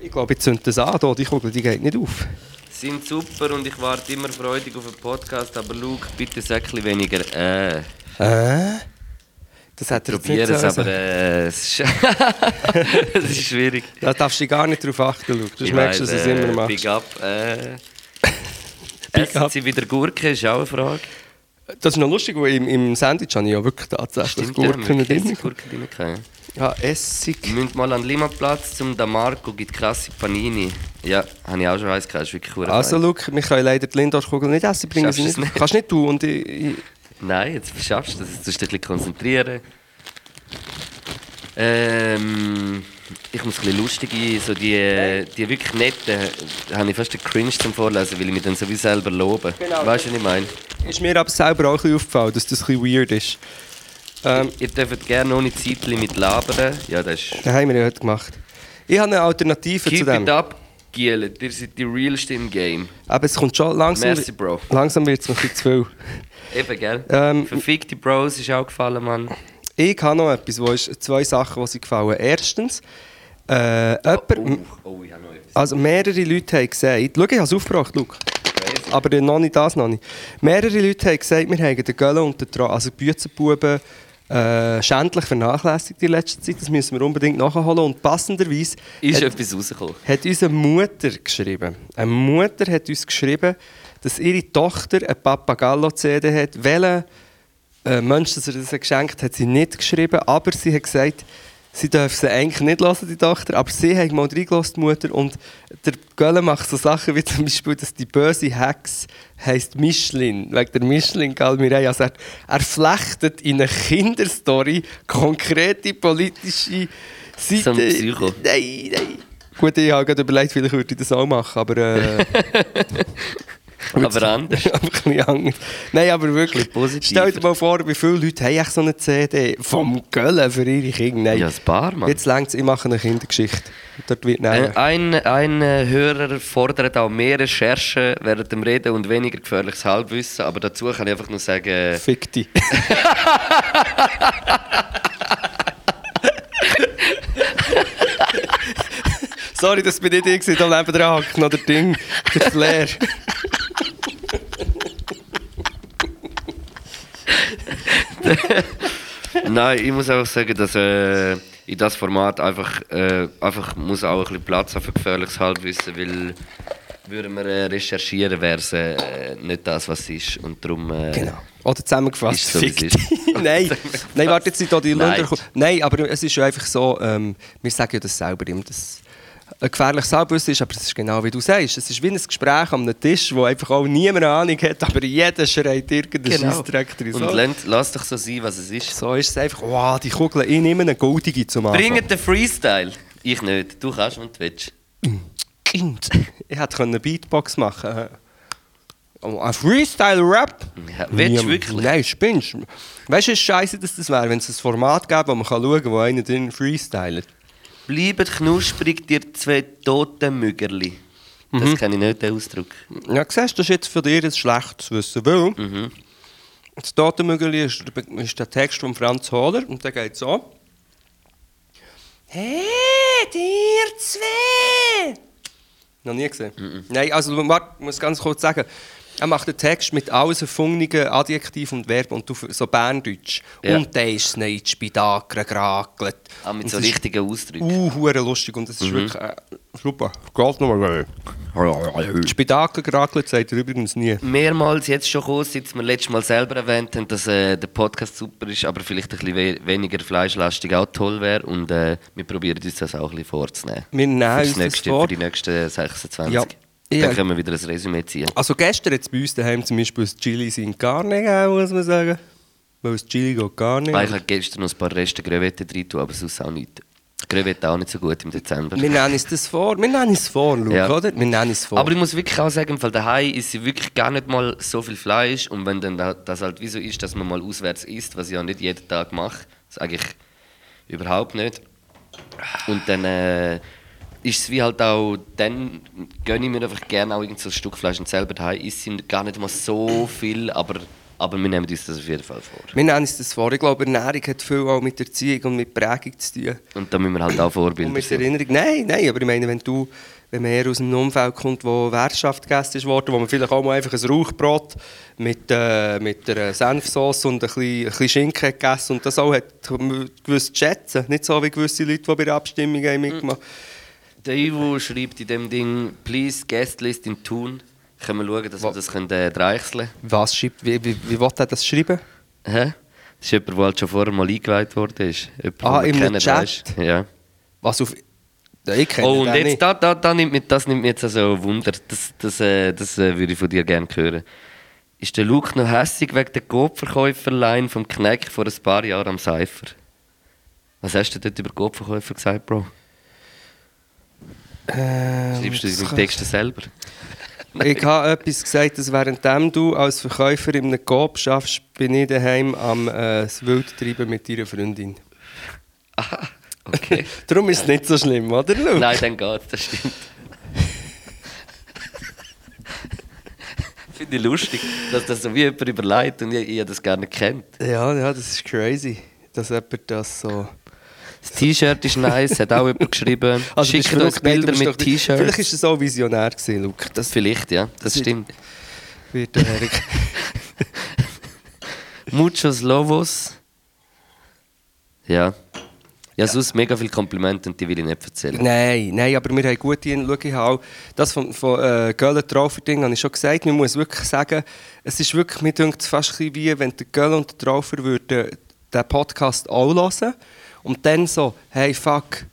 Ich glaube, ich zünde das an, hier. die Kugel die geht nicht auf. Sind super und ich warte immer freudig auf den Podcast, aber Luke, bitte sag ein bisschen weniger. Äh, Äh? Das hat er jetzt nicht also. probier es, sollen aber sagen. äh, es ist, (laughs) es ist schwierig. Da darfst du gar nicht drauf achten, Luke. Du Ich merkst, weiss, dass du es äh, immer Big machst. up. Äh, (laughs) Big essen up. Sie wieder Gurke, ist auch eine Frage. Das ist noch lustig, weil im, im Sandwich habe ich ja wirklich tatsächlich Gurken ja, drin. Gurken drin. Ja, Essig. Wir müssen mal an den Limaplatz zum Da Marco gibt krasse Panini. Ja, habe ich auch schon eins gehabt, ist wirklich cool. Also, Luke, wir können leider die Lindorf-Kugel nicht essen, bringen sie nicht. Schaffst du es nicht? Kannst nicht du und ich... ich Nein, jetzt schaffst du das, jetzt musst du dich ein bisschen konzentrieren. Ähm, ich muss ein bisschen lustige, so die, die wirklich netten, äh, habe ich fast den Cringe zum Vorlesen, weil ich mich dann so wie selber lobe. Genau. Weißt du, was ich meine? ist mir aber selber auch ein bisschen aufgefallen, dass das ein bisschen weird ist. Ähm, Ihr dürft gerne ohne Zeitlimit labern. Ja, das ist... das haben wir ja heute gemacht. Ich habe eine Alternative zu Keep dem. it up, Giele, ihr seid die realste im Game. Aber es kommt schon langsam... Merci, Bro. Langsam wird es ein bisschen zu viel. Eben, gell? Ähm, Verfickte Bros ist auch gefallen, Mann. Ich habe noch etwas, wo ist zwei Sachen, die sie gefallen. Erstens, äh, jemand, Oh, oh, ich habe noch etwas. also mehrere Leute haben gesagt, schau, ich habe es aufgebracht, Luke. aber dann noch nicht das noch nicht. Mehrere Leute haben gesagt, wir haben den Göllen und den Tra also die Büzenbuben äh, schändlich vernachlässigt in letzter Zeit. Das müssen wir unbedingt nachholen. Und passenderweise Ist hat, etwas rausgekommen. hat uns eine Mutter geschrieben. Eine Mutter hat uns geschrieben, dass ihre Tochter eine Papagallo-CD hat. Welcher äh, Mensch, dass er das hat geschenkt hat, sie nicht geschrieben, aber sie hat gesagt, sie dürfen sie eigentlich nicht hören, die Tochter, aber sie hat mal reingelassen, die Mutter, und der Göller macht so Sachen wie zum Beispiel, dass die böse Hex heisst Michelin, wegen der michelin galmirei also er, er flechtet in einer Kinderstory konkrete politische Seiten. So ein Psycho. Nein, nein. Gut, ich habe gerade überlegt, vielleicht würde ich das auch machen, aber... Äh, Aber (laughs) anders. aber ein bisschen anders. Nein, aber wirklich. Ein bisschen positiver. Stell dir mal vor, wie viele Leute haben echt so eine CD vom Göllen für ihre Kinder. Nein. Ja, ein paar, Mann. Jetzt längt ich mache eine Kindergeschichte. Dort wird Äh, nein. Ein, ein äh, Hörer fordert auch mehr Recherchen während dem Reden und weniger gefährliches Halbwissen, aber dazu kann ich einfach (laughs) nur sagen, äh, Fick dich. Sorry, das bin nicht ich, gewesen, da neben dran hockt noch der Ding, der Flair. nein, ich muss einfach sagen, dass äh, in das Format einfach, äh, einfach muss auch ein bisschen Platz haben für gefährliches Halbwissen, weil würden wir äh, recherchieren, wäre es äh, nicht das, was es ist und darum... Äh, Genau. Oder zusammengefasst, Ist so, wie es fick dich. (laughs) Nein, nein, warte, jetzt sind hier die Nein. Länder... Nein, aber es ist ja einfach so, ähm, wir sagen ja das selber immer, das ein gefährliches Halbwissen ist, aber es ist genau wie du sagst. Es ist wie ein Gespräch am Tisch, wo einfach auch niemand Ahnung hat, aber jeder schreit irgendeinen genau. Scheissdreck drin. Und lernt, lass doch so sein, was es ist. So ist es einfach, wow, die Kugel, ich nehme eine goldige zum Anfang. Bringt den Freestyle. Ich nicht. Du kannst und du willst. Kind. Ich hätte eine Beatbox machen können. Oh, Ein Freestyle-Rap? Ja, willst du Niemand. wirklich? Nein, spinnst du? Weißt du, es ist scheiße, dass das wäre, wenn es ein Format gäbe, wo man kann schauen kann, wo einer drin freestylt. Bleiben knusprig, dir zwei tote Mügerli. Das kenne ich nicht, den Ausdruck. Ja, siehst du, das ist jetzt für dich ein schlechtes Wissen, weil Mhm. das Totenmögeli ist, der Be- ist der Text von Franz Hohler und der geht so. Hey, dir zwei! Noch nie gesehen? Mhm. Nein, also Marc, ich muss ganz kurz sagen, er macht einen Text mit alles erfundenen Adjektiv und Verb und du- so Berndeutsch. Ja. Und der ist nicht bei Dagre gerakelt. Auch Ah, mit Und so Mhm. es ist richtigen Ausdrücken. Uh, hure lustig und es ist wirklich äh, super. Geht nochmal. Spidakel gerakelt sagt er übrigens nie. Mehrmals jetzt schon kurz, seit wir letztes Mal selber erwähnt haben, dass äh, der Podcast super ist, aber vielleicht ein bisschen we weniger fleischlastig auch toll wäre. Und äh, wir probieren uns das auch ein bisschen vorzunehmen. Wir nehmen Fürs uns das nächste, vor. Für die nächsten 26. Ja. Dann Ja. können wir wieder ein Resümee ziehen. Also gestern hat es bei uns daheim zum Beispiel das Chili sind gar nicht gegeben, muss man sagen. Weil das Chili geht gar nicht. Weil Ich habe gestern noch ein paar Reste Grevette drin, tun, aber sonst auch nicht. Grevette auch nicht so gut im Dezember. Wir nehmen uns das vor. Wir nehmen es vor, Luke, Ja. oder? Wir nehmen es vor. Aber ich muss wirklich auch sagen, im Fall daheim isst sie wirklich gar nicht mal so viel Fleisch. Und wenn dann da- das halt wie so ist, dass man mal auswärts isst, was ich ja nicht jeden Tag mache, sage ich überhaupt nicht. Und dann äh, ist es wie halt auch, dann gönne ich mir einfach gerne auch irgend so ein Stück Fleisch und selber daheim isst sie gar nicht mal so viel, aber, aber wir nehmen uns das auf jeden Fall vor. wir nehmen uns das vor. Ich glaube, Ernährung hat viel auch mit Erziehung und mit Prägung zu tun. Und da müssen wir halt auch Und Vorbilder mit sein. Erinnerung. Nein, nein, aber ich meine, wenn du wenn man eher aus einem Umfeld kommt, wo Wertschaft gegessen ist worden, wo man vielleicht auch mal einfach ein Rauchbrot mit, äh, mit einer Senfsauce und ein bisschen, ein bisschen Schinken hat gegessen und das auch hat gewusst zu schätzen. Nicht so wie gewisse Leute, die bei der Abstimmung haben mitgemacht Der Ivo schreibt in dem Ding, please guest list in Thun. Können wir schauen, dass wir das können, äh, dreichseln können. Was schreibt, wie, wie, wie will er das schreiben? Hä? Das ist jemand, der halt schon vorher mal eingeweiht worden ist. Jemand, Ah, den wir im kennen, Chat? weisst du? Ja. Was auf... Ja, ich kenne Oh, und den jetzt, nicht. da, da, da nimmt mich, das nimmt mich jetzt also ein Wunder. Das, das, äh, das äh, würde ich von dir gerne hören. Ist der Luke noch hässig wegen der Gopverkäuferlein vom Kneck vor ein paar Jahren am Cypher? Was hast du dort über Gopverkäufer gesagt, Bro? Schreibst du das in den Texten selber? Ähm, (laughs) Ich habe etwas gesagt, dass währenddem du als Verkäufer in einem Coop schaffst, bin ich daheim am äh, das Wildtreiben mit deiner Freundin. Aha, Ah, okay. (laughs) Darum ist es nicht so schlimm, oder Luke? Nein, dann geht's, das stimmt. Finde ich lustig, dass das so wie jemand überlegt und ich, ich hab das gar nicht kennt. Ja, ja, das ist crazy, dass jemand das so... Das T-Shirt ist nice, hat auch jemand (laughs) geschrieben. bist Schickt Also, du uns verrückt? Nein, du Bilder bist mit doch nicht- Vielleicht T-Shirts. ist es auch visionär gewesen, Luke. Das Vielleicht, ja, das stimmt. wird der (laughs) Erik. Muchos Lovos. Ja. Ja, sonst mega viele Komplimente und die will ich nicht erzählen. Nein, nein, aber wir haben gute Schau, ich habe auch das von, von äh, Göller Traufer-Ding habe ich schon gesagt. Man muss wirklich sagen, es ist wirklich, mir denkt fast ein bisschen wie, wenn der Göller und der Traufer würden den Podcast auch hören und dann so, hey, fuck,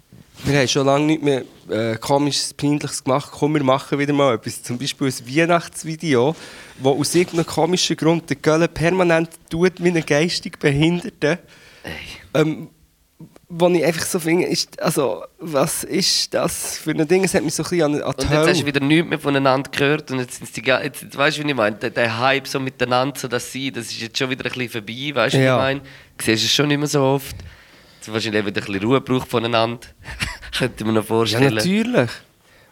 wir haben schon lange nicht mehr äh, komisches, peinliches gemacht, komm, wir machen wieder mal etwas. Zum Beispiel ein Weihnachtsvideo, wo aus irgendeinem komischen Grund der Göller permanent tut wie ein geistig Behinderter. Ähm, wo ich einfach so finde, ist, also, was ist das für ein Ding? Es hat mich so ein bisschen an, an die Und jetzt hast Hölle... du wieder nichts mehr voneinander gehört und jetzt sind die ga- jetzt, jetzt weißt du, wie ich meine, der, der Hype so miteinander, so das sein, das ist jetzt schon wieder ein bisschen vorbei, weißt du, wie ich Ja. meine? Du siehst es schon nicht mehr so oft. Jetzt wahrscheinlich wieder ein bisschen Ruhe braucht voneinander. (laughs) Könnte man noch Ja, vorstellen. natürlich.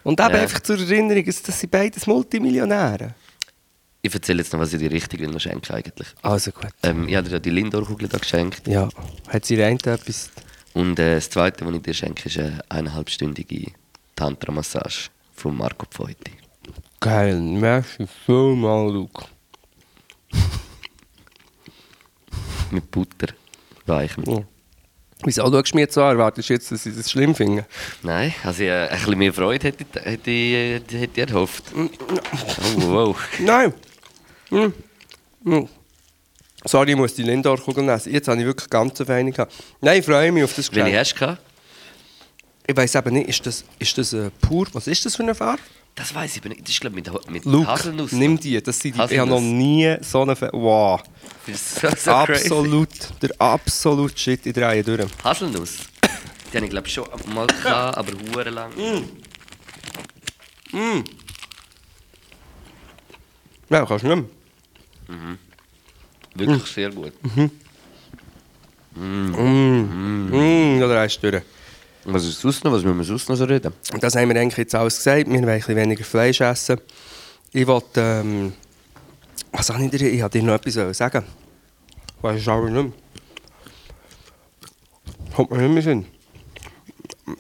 Und eben Ja. einfach zur Erinnerung, es- das sind beides Multimillionäre. ich erzähle jetzt noch, was ich dir richtig will noch schenken eigentlich. Also gut. Ähm, ich habe dir ja die Lindor-Kugel da geschenkt Ja, hat sie rein etwas... und äh, das zweite, was ich dir schenke, ist eine eineinhalbstündige Tantra-Massage von Marco Pfeuti. Geil, merci vielmals, Luke. Mit Butter. Weich mit. Ja. Wieso schaust du mir jetzt an? Erwartest du jetzt, dass ich das schlimm finde? Nein, also ich, äh, ein bisschen mehr Freude hätte, ich- hätte, ich, äh, hätte ich erhofft. Oh, wow. (laughs) Nein! Hm. Hm. Sorry, ich muss die Lindor-Kugel nehmen. Jetzt habe ich wirklich ganz eine feine gehabt. Nein, ich freue mich auf das Welche Geschenk. hast du gehabt? Ich weiß eben nicht, ist das, ist das äh, pur? Was ist das für eine Farbe? Das weiß ich aber nicht. Das ist, glaube ich, mit, mit Luke, Haselnuss. nimm die. Das sind die ich habe Haselnuss. noch nie so eine. Fe wow. Das ist so, so Absolut. absolut, der absolut Shit in der Reihe durch. Crazy. Haselnuss. Die habe ich, glaube ich, schon mal gehabt, aber hure lang. Ja, kannst du nicht mehr. Wirklich sehr gut. Mm, ja, der Reihe ist durch. Was ist sonst noch? Was müssen wir sonst noch so reden? Und das haben wir eigentlich jetzt alles gesagt. Wir wollen ein bisschen weniger Fleisch essen. Ich wollte. Ähm, was habe ich dir? Ich wollte dir noch etwas sagen. Weiß ich aber nicht mehr. Kommt mir nicht mehr Sinn.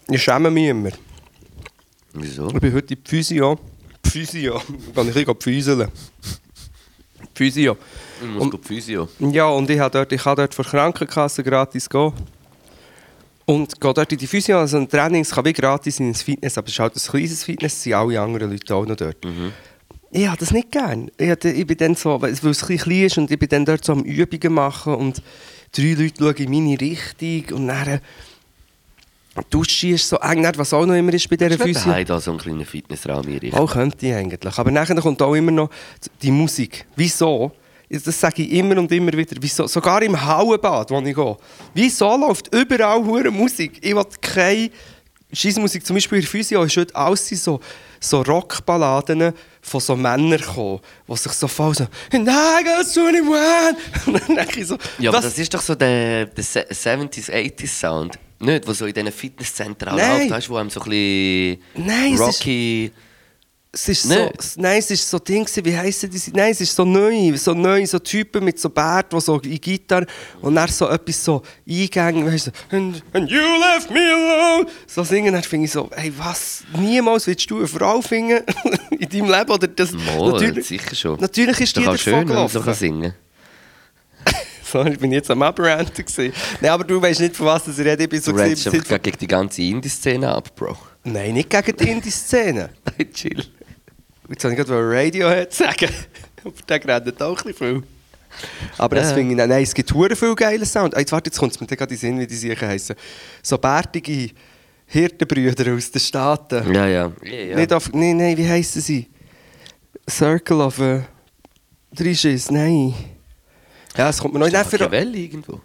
Ich schäme mich immer. Wieso? Ich bin heute in die Physio. Physio. (laughs) Kann ich ein bisschen füseln. Physio. Ich muss gut Physio. Ja, und ich, hab dort, ich kann dort von der Krankenkasse gratis gehen. Und gehe dort in die Physio, also ein Training, es kann wie gratis in ein Fitness, aber es ist halt ein kleines Fitness, es sind alle anderen Leute auch noch dort. Mhm. Ich habe das nicht gern. Ich, hab- ich bin dann so, weil es weil es ein bisschen klein ist und ich bin dann dort so am Übungen machen und drei Leute schauen in meine Richtung und dann Dusche ist so eng, Dann, was auch noch immer ist bei dieser Ich Physio. habe da so einen kleinen Fitnessraum einrichten. Auch könnte ich eigentlich. Aber nachher kommt auch immer noch die Musik. Wieso? Das sage ich immer und immer wieder. Wieso? Sogar im Hauenbad, wo ich gehe. Wieso läuft überall hure Musik? Ich will keine Scheissmusik. Zum Beispiel in der Physio ist heute alles so, so Rockballaden von so Männern gekommen, die sich so voll so «And I got 21!» (laughs) Und dann denke ich so... Ja, aber das ist doch so der, der Se- 70s, 80s Sound. Nicht, wo so in diesen Fitnesszentralen Nein. läuft, weißt, du, wo einem so ein bisschen Nein, es ist- Rocky... Es ist Nein. so, nein, es ist so Ding, gewesen, wie heissen die? Nein, es ist so neu, so neu, so Typen mit so Bart, die so in Gitarre und dann so etwas so Eingänge, weißt du, and, and you left me alone. So singen, dann finde ich so, hey, was? Niemals willst du eine Frau finden (laughs) in deinem Leben? Oder das, Mal, sicher schon. Natürlich ist Doch die auch schön, davon wenn man so gelaufen. kann singen Sorry, ich bin jetzt am Abranten gewesen. Nein, aber du weißt nicht, von was ich rede. Ich bin so Du redest gewesen, einfach gerade gegen die ganze Indie-Szene ab, Bro. Nein, nicht gegen die (laughs) Indie-Szene. Nein, chill. Jetzt habe ich gerade wollen Radiohead (laughs) sagen. Aber der redet auch ein bisschen viel. Aber das Ja. finde ich... Nein, es gibt sehr viel geilen Sound. Ah, Jetzt, warte, jetzt kommt es mir dann gerade in den Sinn, wie die sicher heissen. So bärtige Hirtenbrüder aus den Staaten. Ja, ja. ja, ja. Nicht auf... Nein, nein, wie heissen sie? Circle of... Äh, Drisches, nein. Ja, es kommt mir noch... Nein, für, Machiavelli irgendwo.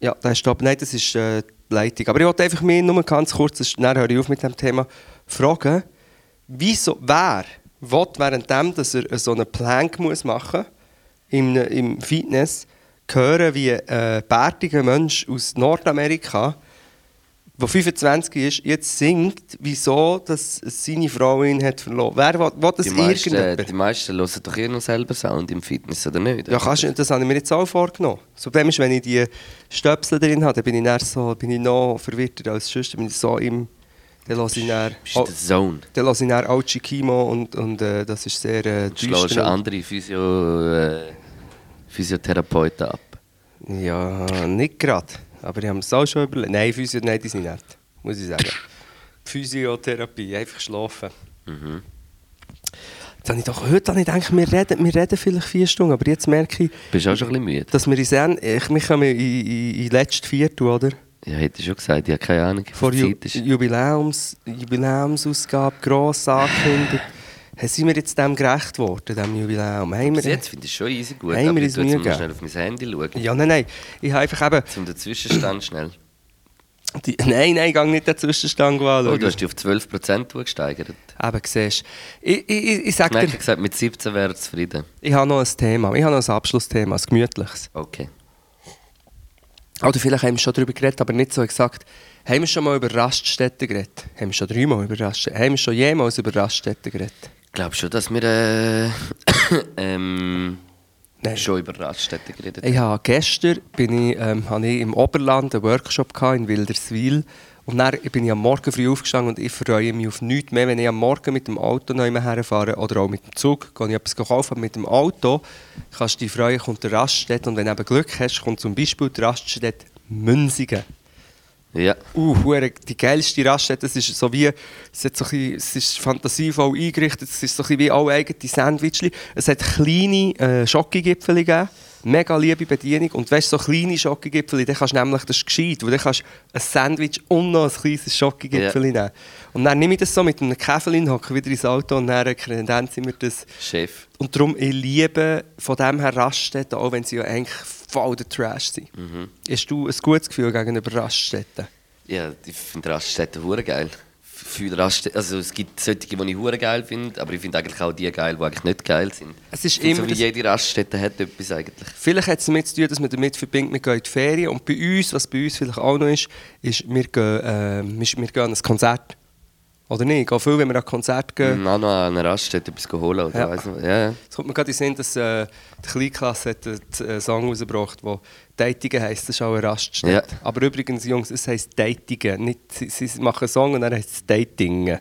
ja, da ist Stopp. Nein, das ist äh, die Leitung. Aber ich wollte einfach mir nur ganz kurz, das- dann höre ich auf mit dem Thema, fragen, wieso, wer will während dem, dass er äh, so einen Plank muss machen muss, im, im Fitness, hören, wie ein äh, bärtiger Mensch aus Nordamerika, der 25 ist, jetzt singt, wieso dass seine Frau ihn hat verloren. Wer will, will das Die meisten, irgendjemand? die meisten hören doch eh noch selber Sound im Fitness, oder nicht? Ja, kannst, du- das habe ich mir jetzt auch vorgenommen. Das Problem ist, wenn ich die Stöpsel drin habe, dann bin ich, dann so, bin ich noch verwirrter als sonst. Dann bin ich so im... Dann lasse ich dann... Bist in Oh, der Zone. dann lasse ich dann Auchi Kimo und, und äh, das ist sehr äh, Du schlägst düster. andere Physio, äh, Physiotherapeuten ab. Ja, nicht gerade. Aber ich habe es auch schon überlegt. Nein, Physio, nein, die sind nicht. Muss ich sagen. Physiotherapie, einfach schlafen. Jetzt habe ich doch heute habe ich gedacht, wir reden, wir reden vielleicht vier Stunden, aber jetzt merke ich, Bist auch schon ein bisschen müde? dass wir in Sen- ich mich in, in, in letztes Viertel, oder? Ja, hätte ich schon gesagt. Ich habe keine Ahnung, wie Vor viel Ju Zeit ist. Jubiläums Jubiläumsausgabe gross angekündigt. Hey, sind wir jetzt dem gerecht worden, dem Jubiläum? Haben wir Bis jetzt finde ich es schon easy gut, Haben aber wir ich uns tue jetzt Mühe mal gegeben? schnell auf mein Handy schauen. Ja, nein, nein. Ich habe einfach eben... Zum Dazwischenstand schnell. Die, nein, nein, gang nicht den Zwischenstand anschauen. Oh, du hast dich auf 12% gesteigert. Eben, siehst du. Ich, ich, ich, ich sage Merkel dir, hat gesagt, mit 17 wäre er zufrieden. ich habe noch ein Thema. Ich habe noch ein Abschlussthema, ein gemütliches. Okay. Oder vielleicht haben wir schon darüber geredet, aber nicht so exakt. Haben wir schon mal über Raststätten geredet? Haben wir schon dreimal über Raststätten Haben wir schon jemals über Raststätten geredet? Ich glaube schon, dass wir äh, (coughs) ähm, Nein. schon über Raststätten geredet haben. Ich habe gestern bin ich, ähm, habe ich im Oberland einen Workshop gehabt, in Wilderswil. Und dann bin ich am Morgen früh aufgestanden und ich freue mich auf nichts mehr, wenn ich am Morgen mit dem Auto neu herfahre oder auch mit dem Zug. Gehe ich etwas kaufen, aber mit dem Auto kannst du dich freuen, kommt der Raststätte. Und wenn du eben Glück hast, kommt zum Beispiel die Raststätte Münzigen. Ja. Uh, hure, die geilste Raststätte, es ist so wie, es, hat so ein bisschen, es ist fantasievoll eingerichtet, es ist so ein bisschen wie alle eigene Sandwichli. Es hat kleine äh, Schokogipfel gegeben Mega liebe Bedienung. Und wenn es so kleine Schokogipfel dann kannst du nämlich, das ist gescheit, weil dann kannst du ein Sandwich und noch ein kleines Schokogipfel Ja. nehmen. Und dann nehme ich das so mit einem Käfel hin, hocke wieder ins Auto und dann kredenzen sind wir das. Chef. Und darum, ich liebe von dem her Raststätten, auch wenn sie ja eigentlich voll der Trash sind. Hast du ein gutes Gefühl gegenüber Raststätten? Ja, ich finde Raststätten hure geil. Viele Raststätten, also es gibt solche, die ich hure geil finde, aber ich finde eigentlich auch die geil, die eigentlich nicht geil sind. Es ist Ich find, immer so wie das- jede Raststätte hat etwas eigentlich. Vielleicht hat es damit zu tun, dass man damit verbindet, wir gehen in die Ferien. Und bei uns, was bei uns vielleicht auch noch ist, ist, wir gehen, äh, wir, wir gehen an ein Konzert. Oder nicht? Gehen viel, wenn wir an ein Konzert gehen. Mhm. Auch noch an einer Raststätte etwas holen oder Ja. ja. weiss nicht. Ja, ja. Es kommt mir gerade in den Sinn, dass äh, die Kleinklasse hat einen äh, Song rausgebracht hat, der «Datingen» heisst, das ist auch eine Raststätte. Ja. Aber übrigens, Jungs, es heisst «Datingen». Nicht, sie, sie machen einen Song und dann heisst es «Datingen».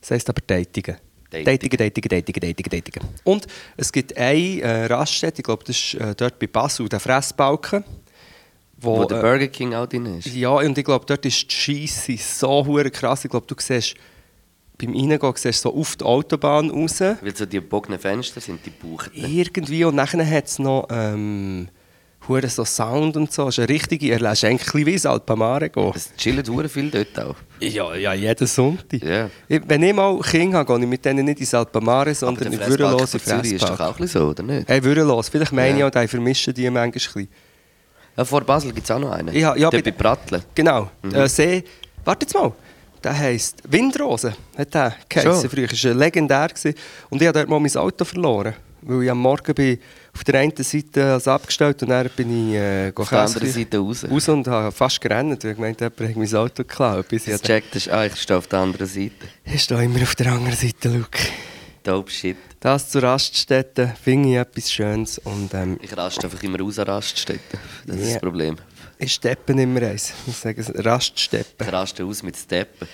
Es heisst aber «Datingen». «Datingen», Datingen. «Datingen», «Datingen», «Datingen», «Datingen». Und es gibt eine äh, Raststätte, ich glaube, das ist äh, dort bei Basel, der Fressbalken. Wo äh, der Burger King auch drin ist. ja, und ich glaube, dort ist die Scheisse so hure krass. Ich glaube, du siehst beim Reingehen siehst du so auf die Autobahn raus. Weil so die gebogenen Fenster sind, die Buchten. Irgendwie. Und nachher hat es noch ähm, hure so Sound und so. Es ist eine richtige Erlebnis. Eigentlich ein bisschen wie ins Alpamare gehen. Es chillen hure viel dort auch. Ja, ja, jeden Sonntag. Ja. Ich, wenn ich mal Kinder habe, gehe ich mit denen nicht ins Alpamare, Aber sondern der in Fressbalken Würrelos in von Zürich ist doch Fresspark. auch ein bisschen so, oder nicht? Hey, Würrelos. Vielleicht meine Ja. ich auch, die vermischen die manchmal ein bisschen. Ja, vor Basel gibt es auch noch einen. Ich ha- ja, der bei- bei Pratteln. Genau. Mhm. Äh, See. Warte jetzt mal. Der heisst Windrose. Hat der geheißen Schon? früher. Das war legendär. Gewesen. Und ich habe dort mal mein Auto verloren. Weil ich am Morgen bin auf der einen Seite als abgestellt und dann bin ich äh, Auf der anderen Seite raus. raus und habe fast gerannt, weil ich meinte, jemand hat mein Auto geklaut. Bis ich Das dachte, checkt ist, ah, ich stehe auf der anderen Seite. ich stehe immer auf der anderen Seite, Luke. Dope shit. Das zu Raststätten finde ich etwas Schönes und ähm, Ich raste einfach immer raus an Raststätten. Das ist Ja. das Problem. ich steppe immer eins. Ich sage es, Raststeppen. Ich raste aus mit Steppen.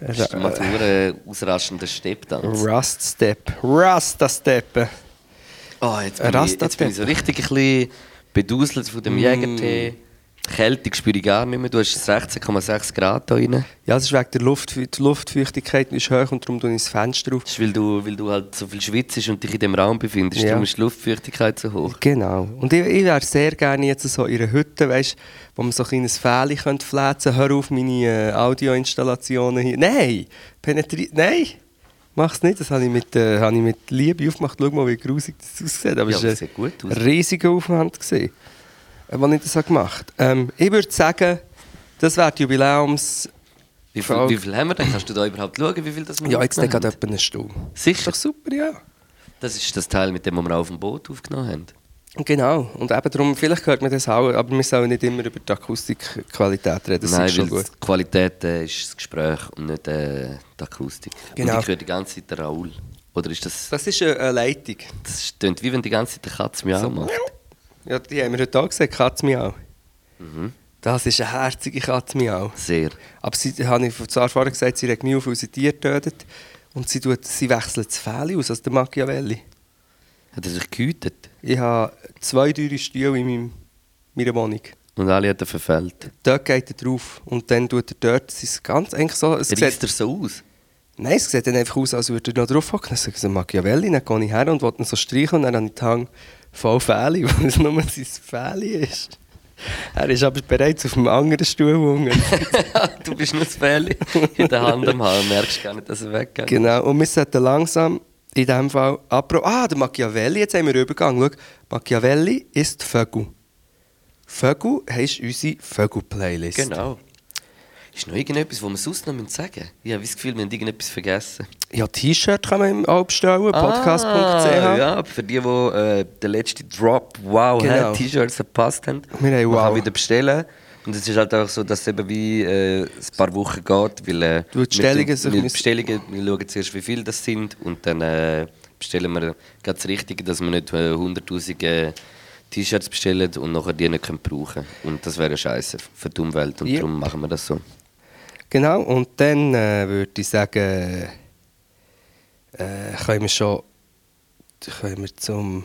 Das ist Ra- mal ein ausrastender Stepptanz. Raststep. Rastasteppen. Oh, jetzt bin, ich, jetzt bin ich so richtig ein bisschen beduselt von Mm. dem Jägertee. Die Kälte spüre ich gar nicht mehr. Du hast 16,6 Grad hier rein. Ja, es ist wegen der Luft, die Luftfeuchtigkeit ist hoch und darum tue ich das Fenster auf. Das ist, weil du, weil du halt so viel schwitzt und dich in dem Raum befindest. Ja. Darum ist die Luftfeuchtigkeit so hoch. Genau. Und ich, ich wäre sehr gerne jetzt so in einer Hütte, weißt, wo man so ein kleines Fähli könnte flätzen könnte. Hör auf meine äh, Audioinstallationen hier. Nein! Penetri Nein! Mach's nicht, das habe ich, mit, äh, habe ich mit Liebe aufgemacht. Schau mal, wie grusig das aussieht. Aber Ja, es aber war es sieht gut aus. ein riesiger Aufwand, gewesen, äh, als ich das habe gemacht habe. Ähm, ich würde sagen, das wäre die Jubiläums... Wie viel, Frage. wie viel haben wir denn? Kannst du da überhaupt schauen, wie viel das wir Ja, jetzt aufgenommen gerade haben? etwa eine Stunde. Ist Sicher. doch super, ja. Das ist das Teil, mit dem wir auf dem Boot aufgenommen haben. Genau, und eben darum, vielleicht hört man das auch, aber wir sollen nicht immer über die Akustikqualität reden, das Nein, ist schon weil gut. die Qualität äh, ist das Gespräch und nicht äh, die Akustik. Genau. Und ich höre die ganze Zeit den Raoul. Oder ist das... Das ist eine, eine Leitung. Das tönt wie wenn die ganze Zeit die Katze miau macht. Ja, die haben wir heute auch gesehen, Katzmiau. Mhm. Das ist eine herzige Katzmiau. Sehr. Aber sie, habe ich zwar vorher gesagt, sie regt mich auf, weil sie Tiere tötet und sie, tut, sie wechselt das Fell aus, also der Machiavelli. Hat er sich gehütet Ich habe zwei teure Stühle in meinem, meiner Wohnung. und alle hat er verfehlt. Dort geht er drauf und dann tut er dort, es ist ganz eigentlich so... Es sieht- Reißt er so aus? (laughs) Nein, es sieht dann einfach aus, als würde er noch drauf hocken. Dann sage ich so, Machiavelli, dann gehe ich her und wollte ihn so streicheln und dann habe ich den Hang voll Fähli, (laughs) weil es nur sein Fähli ist. Er ist aber bereits auf einem anderen Stuhl unten. du bist nur das Fähli in der Hand am Haar. Merkst gar nicht, dass er weggeht. genau, und wir sollten langsam in diesem Fall... Apro ah, der Machiavelli, jetzt haben wir Übergang. Schau, Machiavelli ist Vögel. Vögel heisst unsere Vögel-Playlist. Genau. Ist noch irgendetwas, was wir sonst noch sagen müssen? Ich habe das Gefühl, wir haben irgendetwas vergessen. Ja, T-Shirt kann man auch bestellen, podcast.ch. Ah, ja, für die, die äh, den letzten Drop Wow Genau. hat, T-Shirts verpasst haben. Wir haben Man Wow. kann wieder bestellen. Und es ist halt auch so, dass es eben wie äh, ein paar Wochen geht, weil äh, Du, die Bestellungen wir, sich wir, müssen- Bestellungen, wir schauen zuerst, wie viele das sind und dann äh, bestellen wir gerade das Richtige, dass wir nicht äh, 100'000 äh, T-Shirts bestellen und nachher die nicht können brauchen Und das wäre ja scheiße für die Umwelt und Yep. darum machen wir das so. Genau, und dann äh, würde ich sagen, äh, können wir schon können wir zum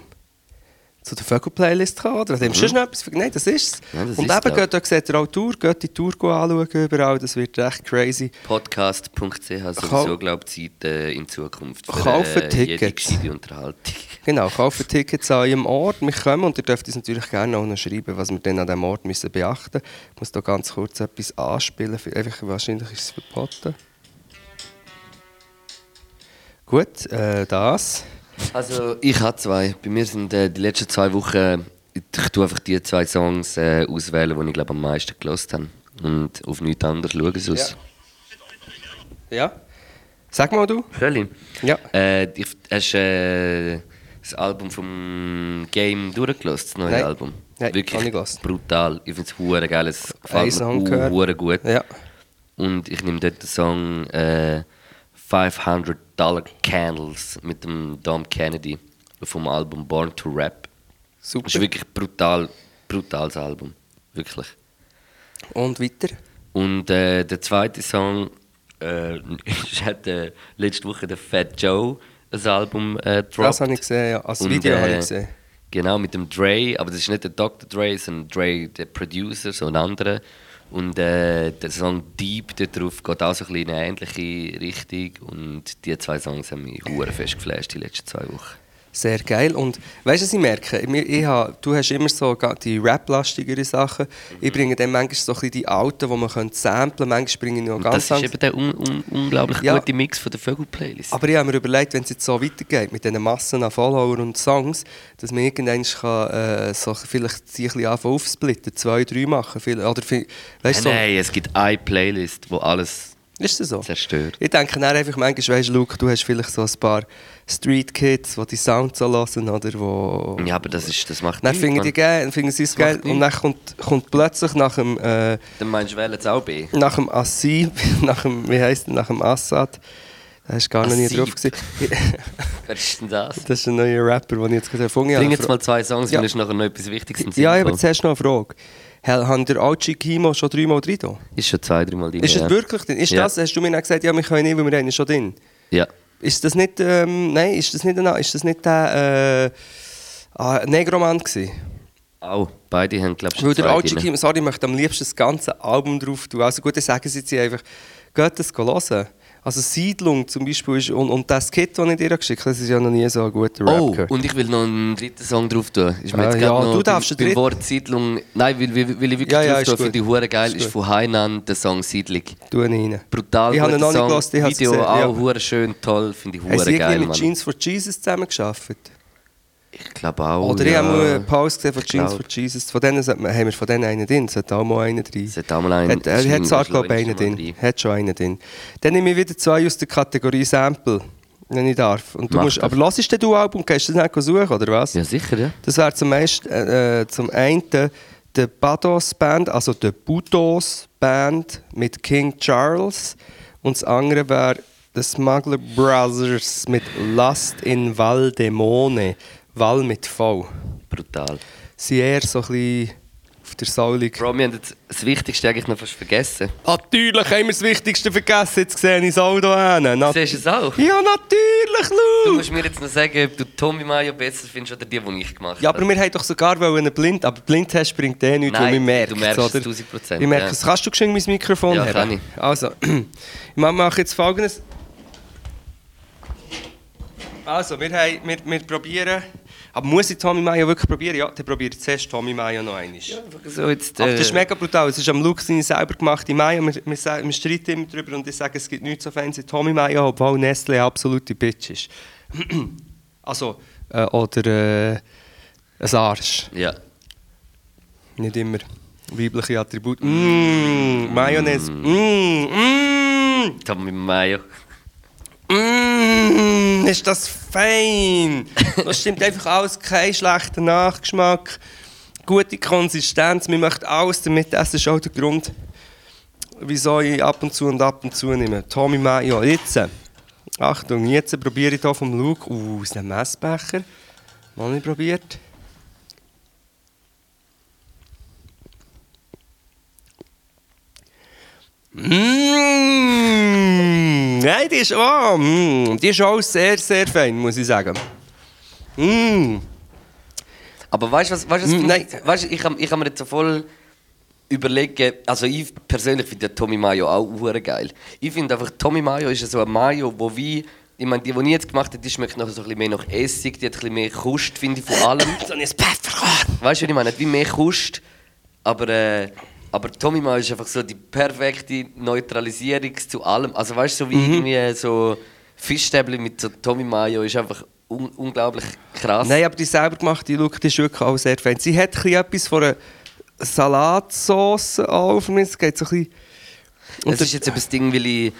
zu der Vögel-Playlist kann oder an dem mhm. schon etwas. Nein, das ist es. Ja, das Und ist's, eben, glaub geht, da seht ihr auch die Tour, geht die Tour anschauen überall, das wird echt crazy. Podcast.ch sowieso, Kau- glaube ich, Zeit äh, in Zukunft. Für, äh, Kaufen Jede Tickets. gescheite Unterhaltung. (laughs) Genau, kaufen Tickets an eurem Ort. Wir kommen und ihr dürft uns natürlich gerne auch noch schreiben, was wir dann an diesem Ort müssen beachten müssen. Ich muss da ganz kurz etwas anspielen. Für- Einfach, wahrscheinlich ist es verboten. Gut, äh, das. Also, ich habe zwei. Bei mir sind äh, die letzten zwei Wochen, ich tue einfach die zwei Songs äh, auswählen, die ich glaube am meisten gelost habe. Und auf nichts anderes schaue ich sonst. Ja. Ja? Sag mal du. Völlig. Ja. Äh, ich, hast du äh, das Album vom Game durchgelassen, das neue Nein. Album? Nein, habe ich gelassen. Wirklich brutal. Ich finde es hure geil. Es Einen gefällt Song mir gehört. hure gut. Ja. Und ich nehme dort den Song äh, 500 Dollar Candles mit dem Dom Kennedy vom Album Born to Rap. Super. Das ist wirklich brutal, brutales Album. Wirklich. Und weiter. Und äh, der zweite Song äh, (laughs) ist- hat äh, letzte Woche der Fat Joe ein Album äh, dropped. Das habe ich gesehen, ja. Als Video habe ich gesehen. Genau, mit dem Dre, aber das ist nicht der Dr. Dre, sondern Dre, der Producer, so ein anderer. Und äh, der Song Deep da drauf geht auch so ein bisschen in eine ähnliche Richtung. Und die zwei Songs haben mich hure fest geflasht die letzten zwei Wochen. Sehr geil. Und weißt du, was ich merke? Ich, ich hab, du hast immer so ga- die rap-lastigeren Sachen. Mhm. Ich bringe dann manchmal so ein bisschen die alten, die man könnte samplen Manchmal bringe ich noch Und ganz das ist anderes. eben der un un unglaublich Ja. gute Mix von der Vögel-Playlist. Aber ich habe mir überlegt, wenn es jetzt so weitergeht mit diesen Massen an Followern und Songs, dass man irgendwann kann, äh, so vielleicht sie ein bisschen anfangen aufsplitten, zwei, drei machen. viel- Oder viel, weißt du, so, Äh, Nein, es gibt eine Playlist, wo alles ist das so? zerstört. Ich denke dann einfach manchmal, weißt du, Luke, du hast vielleicht so ein paar Street Kids, die die Sounds so hören oder wo... Ja, aber das, ist, das macht Dann finden nichts, die Mann. geil, dann finden sie es geil macht und dann kommt, kommt plötzlich nach dem, äh, Dann meinst du, wählen jetzt auch B? nach dem Assib, (laughs) nach dem, wie heisst der, nach dem Assad, da hast du gar noch nie Assib. drauf gesehen. Wer ist denn das? (laughs) Das ist ein neuer Rapper, den ich jetzt gerade erfunden habe. Bring jetzt mal zwei Songs, Ja. weil es nachher noch etwas Wichtiges im Sinn Ja, ich habe gekommen. zuerst noch eine Frage. Hel- Haben der Alci Kimo schon dreimal drin? da? Ist schon zwei, dreimal drin. Ist ja. das wirklich drin? Ist Ja. das, hast du mir dann gesagt, ja, wir können nicht, weil wir haben ihn schon drin. Ja. Ist das nicht, ähm, nein, ist das nicht, ein, ist das nicht der, äh, ah, Negromann gewesen? Auch. Beide haben, glaube ich, Weil schon der zwei Alci drin. Kimo, sorry, ich möchte am liebsten das ganze Album drauf tun. Also gut, ich sage es jetzt hier einfach, geht das hören. Also Siedlung zum Beispiel ist, und, und das Kit, das ich dir geschickt habe, das ist ja noch nie so ein guter Rap Oh, gehört. und ich will noch einen dritten Song drauf tun. Ist mir Ah, jetzt ja, gerade noch du darfst beim, den beim Wort Siedlung... Nein, weil, weil, weil ich wirklich Ja, ja, drauf ist tue, gut. finde ich hure geil. Ist Ist gut. von Hainan der Song Siedlung. Tu ihn rein. Brutal Ich habe ihn noch guter nicht Song. gehört, ich habe es Video gesehen, auch ja. hure schön, toll. Finde ich Haben hure sie geil, irgendwie Mann. mit Jeans for Jesus zusammengearbeitet? Ich glaube auch, Oder ich Genau, ja. Genau. habe mal eine Pause gesehen von Ich Jeans glaub. for Jesus. Von denen sollte man- haben wir von denen einen drin. Sollte auch mal einen drin. Sollte auch mal einen- Hat, er ist hat ein zwar, glaube ich, einen slowenischer drin. Mann drin. Hat schon einen drin. Dann nehme ich wieder zwei aus der Kategorie Sample, wenn ich darf. Und du Mach musst, das. aber lassest du Album und gehst das nicht suchen, oder was? Ja, sicher, ja. Das wäre zum, meist- äh, äh, zum einen die Bados Band, also die Budos Band mit King Charles. Und das andere wäre die Smuggler Brothers mit Last in Valdemone. Val mit V. Brutal. Sie eher so ein bisschen auf der Säulung. Bro, wir haben jetzt das Wichtigste eigentlich noch fast vergessen. Natürlich haben wir das Wichtigste vergessen. Jetzt sehe ich das Auto hin. Na- Siehst du es auch? Ja, natürlich, Du Luke! musst mir jetzt noch sagen, ob du Tommy Mayo besser findest oder die, die ich gemacht habe. Ja, aber wir haben doch sogar einen blind, aber Blindtest bringt eh nichts, Nein, weil wir merken du merkst es oder? 1000%, Ich merke ja. es. Kannst du geschwind mein Mikrofon Ja, haben? kann ich. Also, (clears throat) ich mache jetzt folgendes. Also, wir, haben, wir, wir probieren... Aber muss ich Tommy Mayo wirklich probieren? Ja, dann probiere ich zuerst Tommy Mayo noch einmal. so jetzt, Aber äh, das ist mega brutal. Es ist am Luke seine selber gemachte Mayo. Wir, wir, sa- wir streiten immer darüber und ich sage, es gibt nichts so fancy Tommy Mayo, obwohl Nestle eine absolute Bitch ist. (clears throat) also, äh, oder äh, ein Arsch. Ja. Nicht immer weibliche Attribute. Mm, Mayonnaise. Mm, Tommy Mayo. mm, mm, ist das fein. Das stimmt einfach alles. Kein schlechter Nachgeschmack. Gute Konsistenz. Wir möchten alles damit essen. Das ist auch der Grund, wieso ich ab und zu und ab und zu nehme. Tommy Mayo. Jetzt. Achtung, jetzt probiere ich hier vom Luke uh, aus dem Messbecher. Noch nicht probiert. Mmh. Mmm, Nein, die ist, oh, Mmm, mm, die ist auch sehr, sehr fein, muss ich sagen. Mmh. Aber weißt du, was, weißt, du, was Mm, vielleicht- nein. weißt, du, ich habe ich hab mir jetzt so voll überlegen, also ich persönlich finde ja Tommy Mayo auch hure geil. Ich finde einfach, Tommy Mayo ist ja so ein Mayo, wo wie, ich meine, die, die ich jetzt gemacht habe, die schmeckt nachher so ein bisschen mehr nach Essig, die hat ein bisschen mehr Kust, finde ich, von (laughs) allem. So ein Pfefferkorn. Weißt du, was ich meine? Hat Wie mehr Kust. Aber, äh, aber Tommy Mayo ist einfach so die perfekte Neutralisierung zu allem. Also weißt du, so wie Mhm. irgendwie so Fischstäbli mit so Tommy Mayo ist einfach un unglaublich krass. Nein, aber die selber gemachte Look, die ist wirklich auch sehr fein. Sie hat ein bisschen etwas von einer Salatsauce auf mir. Es geht so ein bisschen... Und das ist jetzt eben das Ding, weil ich.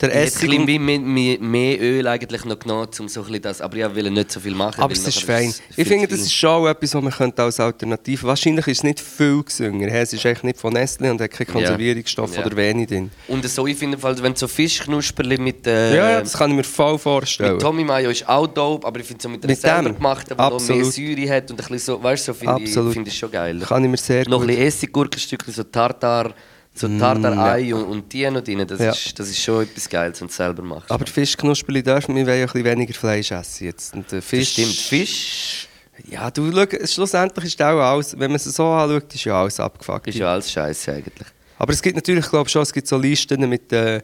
Der ich hätte Essig ein bisschen und- wie mehr, mehr, mehr Öl eigentlich noch genommen, um so ein bisschen das. Aber ich will nicht so viel machen. aber weil es ist nachher fein. es viel Ich finde, zu das ist viel. schon etwas, was man könnte als Alternative... Wahrscheinlich ist es nicht viel gesünger. Es ist eigentlich nicht von Nestle und hat keinen Ja. Konservierungsstoff Ja. oder wenig drin. Und so, ich finde, wenn du so Fischknusperli mit. Äh, Ja, ja, das kann ich mir voll vorstellen. Mit Tommy Mayo ist auch dope, aber ich finde so mit einer Mit selber dem? gemachten, die noch mehr Absolut. Säure hat und ein bisschen so, weißt du, so finde ich, Absolut. find ich schon geil. Kann ich mir sehr noch ein gut- Mm, bisschen Essiggurkenstückchen, so Tartar, so Tartar-Ei und, und die noch drin, das, Ja. ist, das ist schon etwas Geiles, wenn du es selber machst. Aber Fischknusperli dürfen wir wollen ja ein bisschen weniger Fleisch essen jetzt. Und, äh, das Fisch, stimmt, Fisch Ja, du, schau, schlussendlich ist auch alles, wenn man es so anschaut, ist ja alles abgefuckt. ist ja alles scheiße eigentlich. Aber es gibt natürlich, glaube schon, es gibt so Listen mit... Äh,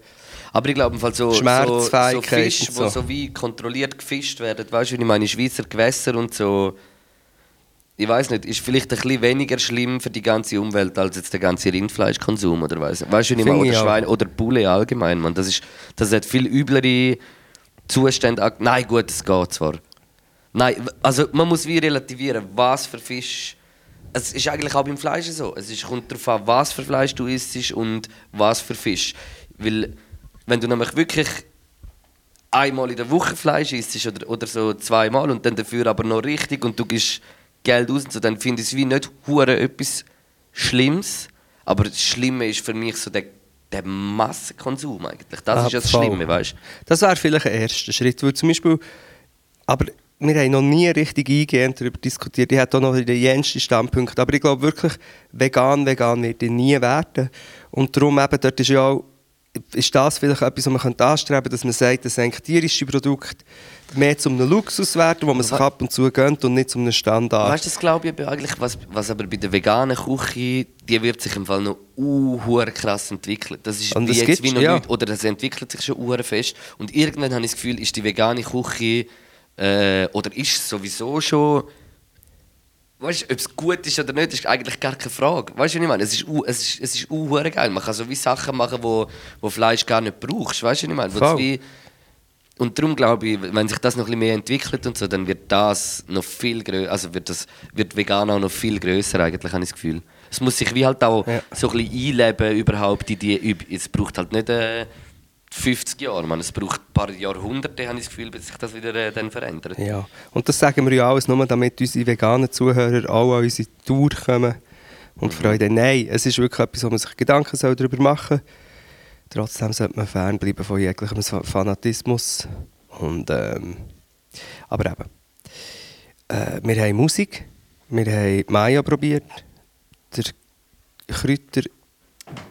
Aber ich glaube, im Fall so, so, so Schmerzfähigkeit Fisch, die und so. so. wie kontrolliert gefischt werden, weißt du, wie ich meine, Schweizer Gewässer und so. Ich weiß nicht, ist vielleicht ein bisschen weniger schlimm für die ganze Umwelt als jetzt der ganze Rindfleischkonsum oder weiß Weißt du, wie ich Finde meine, oder ich auch. Schwein oder Bulle allgemein, man, das ist, das hat viel üblere Zustände. ak- Nein, gut, es geht zwar. Nein, w- also man muss wie relativieren, was für Fisch. Es ist eigentlich auch beim Fleisch so. Es ist, kommt darauf an, was für Fleisch du isst und was für Fisch. Weil, wenn du nämlich wirklich einmal in der Woche Fleisch isst oder, oder so zweimal und dann dafür aber noch richtig und du gibst Geld aus und so, dann finde ich es wie nicht hure etwas Schlimmes. Aber das Schlimme ist für mich so der, der Massenkonsum eigentlich. Das ist ja das Abfall. Schlimme, weißt du? Ah, Das wäre vielleicht ein erster Schritt, weil zum Beispiel, aber wir haben noch nie richtig eingehend darüber diskutiert, ich hatte auch noch den jensten Standpunkt, aber ich glaube wirklich, vegan, vegan wird ich nie werden und darum eben, dort ist ja auch, ist das vielleicht etwas, was man könnte anstreben könnte, dass man sagt, dass eigentlich tierische Produkte mehr zum einem Luxus werden, wo man sich ab und zu gönnt und nicht zum einem Standard. Weißt du, das glaube ich eben eigentlich, was, was aber bei der veganen Küche, die wird sich im Fall noch uhuere krass entwickeln. Das ist Und wie das jetzt wie gibt's, noch ja. nicht, oder das entwickelt sich schon uhuere fest. Und irgendwann habe ich das Gefühl, ist die vegane Küche, äh, oder ist sowieso schon, weißt du, ob es gut ist oder nicht, ist eigentlich gar keine Frage. Weißt du, was ich meine? Es ist, u- es ist, es ist uhuere geil. Man kann so wie Sachen machen, wo, wo Fleisch gar nicht brauchst. Weißt du, was ich meine? Wo Voll. es wie, und darum glaube ich, wenn sich das noch ein bisschen mehr entwickelt und so, dann wird das noch viel größer, also wird das wird vegan auch noch viel größer eigentlich, habe ich das Gefühl. Es muss sich wie halt auch Ja. so ein bisschen einleben überhaupt in die, Üb- es braucht halt nicht äh, 50 Jahre, man, es braucht ein paar Jahrhunderte, habe ich das Gefühl, bis sich das wieder äh, dann verändert. Ja, und das sagen wir ja alles nur, damit unsere veganen Zuhörer auch an unsere Tour kommen und Mhm. Freude haben. Nein, es ist wirklich etwas, wo man sich Gedanken soll darüber machen soll. Trotzdem sollte man fernbleiben von jeglichem Fa- Fanatismus. Und, ähm, aber eben, äh, wir haben Musik, wir haben Maya probiert, der Kräuter...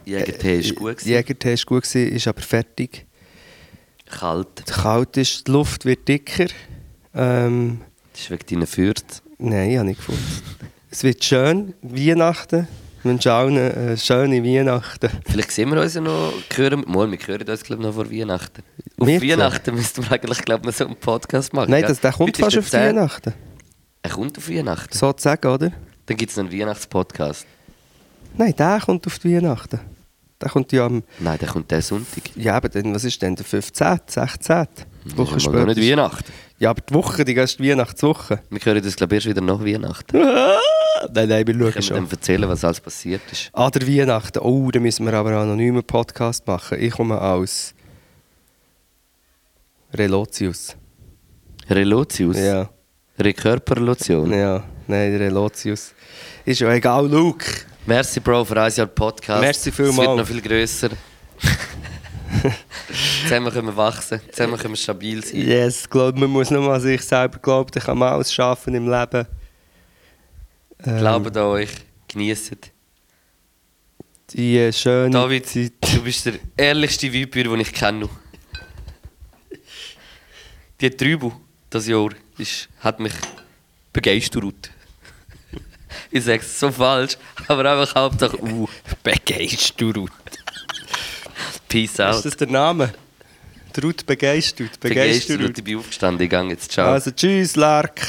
Jägertee Äh, ist gut, gewesen. Jägertee ist gut, gewesen, ist aber fertig. kalt, Es kalt ist, die Luft wird dicker. Ähm, das ist wegen deiner Fürth. Nein, ich habe nicht gefunden. Es wird schön, Weihnachten. Wir wünschen allen äh, schöne Weihnachten. Vielleicht sehen wir uns ja noch, hören, mal, wir hören uns glaube ich, noch vor Weihnachten. Auf Wirklich? Weihnachten müssten wir eigentlich glaube ich, noch so einen Podcast machen. Nein, gell? das, der kommt Heute ist fast der auf 10.. Weihnachten. Er kommt auf Weihnachten. Sozusagen, oder? Dann gibt es einen Weihnachtspodcast. Nein, der kommt auf die Weihnachten. Der kommt ja am... Nein, der kommt der Sonntag. Ja, aber dann, was ist denn der 15., 16.? Die Das ist mal noch nicht ist- Weihnachten. Ja, aber die Woche, die erste (laughs) Weihnachtswoche. Wir hören das, glaube ich, erst wieder nach Weihnachten. nein, nein, wir schauen Können wir schon. dann erzählen, was alles passiert ist. An der Weihnachten. Oh, da müssen wir aber einen anonymen Podcast machen. Ich komme aus... Relotius. Relotius. Ja. Rekörperlotion. Ja, nein, der Elotius. Ist ja egal, Luke. Merci, Bro, für ein Jahr Podcast. Merci Es wird vielmals. noch (laughs) viel grösser. Zusammen können wir wachsen. Zusammen können wir stabil sein. Yes, glaub, man muss nur an sich selber glauben, dann kann man alles schaffen im Leben. Ähm, Glaubt an euch. Genießt. Die äh, schöne David, Zeit. du bist der ehrlichste Weibür, den ich kenne. Die Trübel dieses Jahr ist, hat mich begeistert. Ich sag's so falsch, aber einfach Hauptsache, uh, Begeistert. peace Ist out. das der Name? Trut begeistert. Begeistert, Begeistert. ich bin aufgestanden, ich gehe jetzt, ciao. Also tschüss, Lark.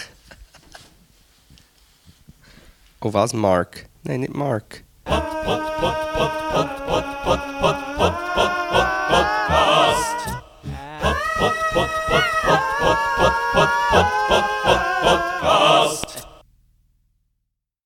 Oh was, Mark? Nein, nicht Mark. Podcast.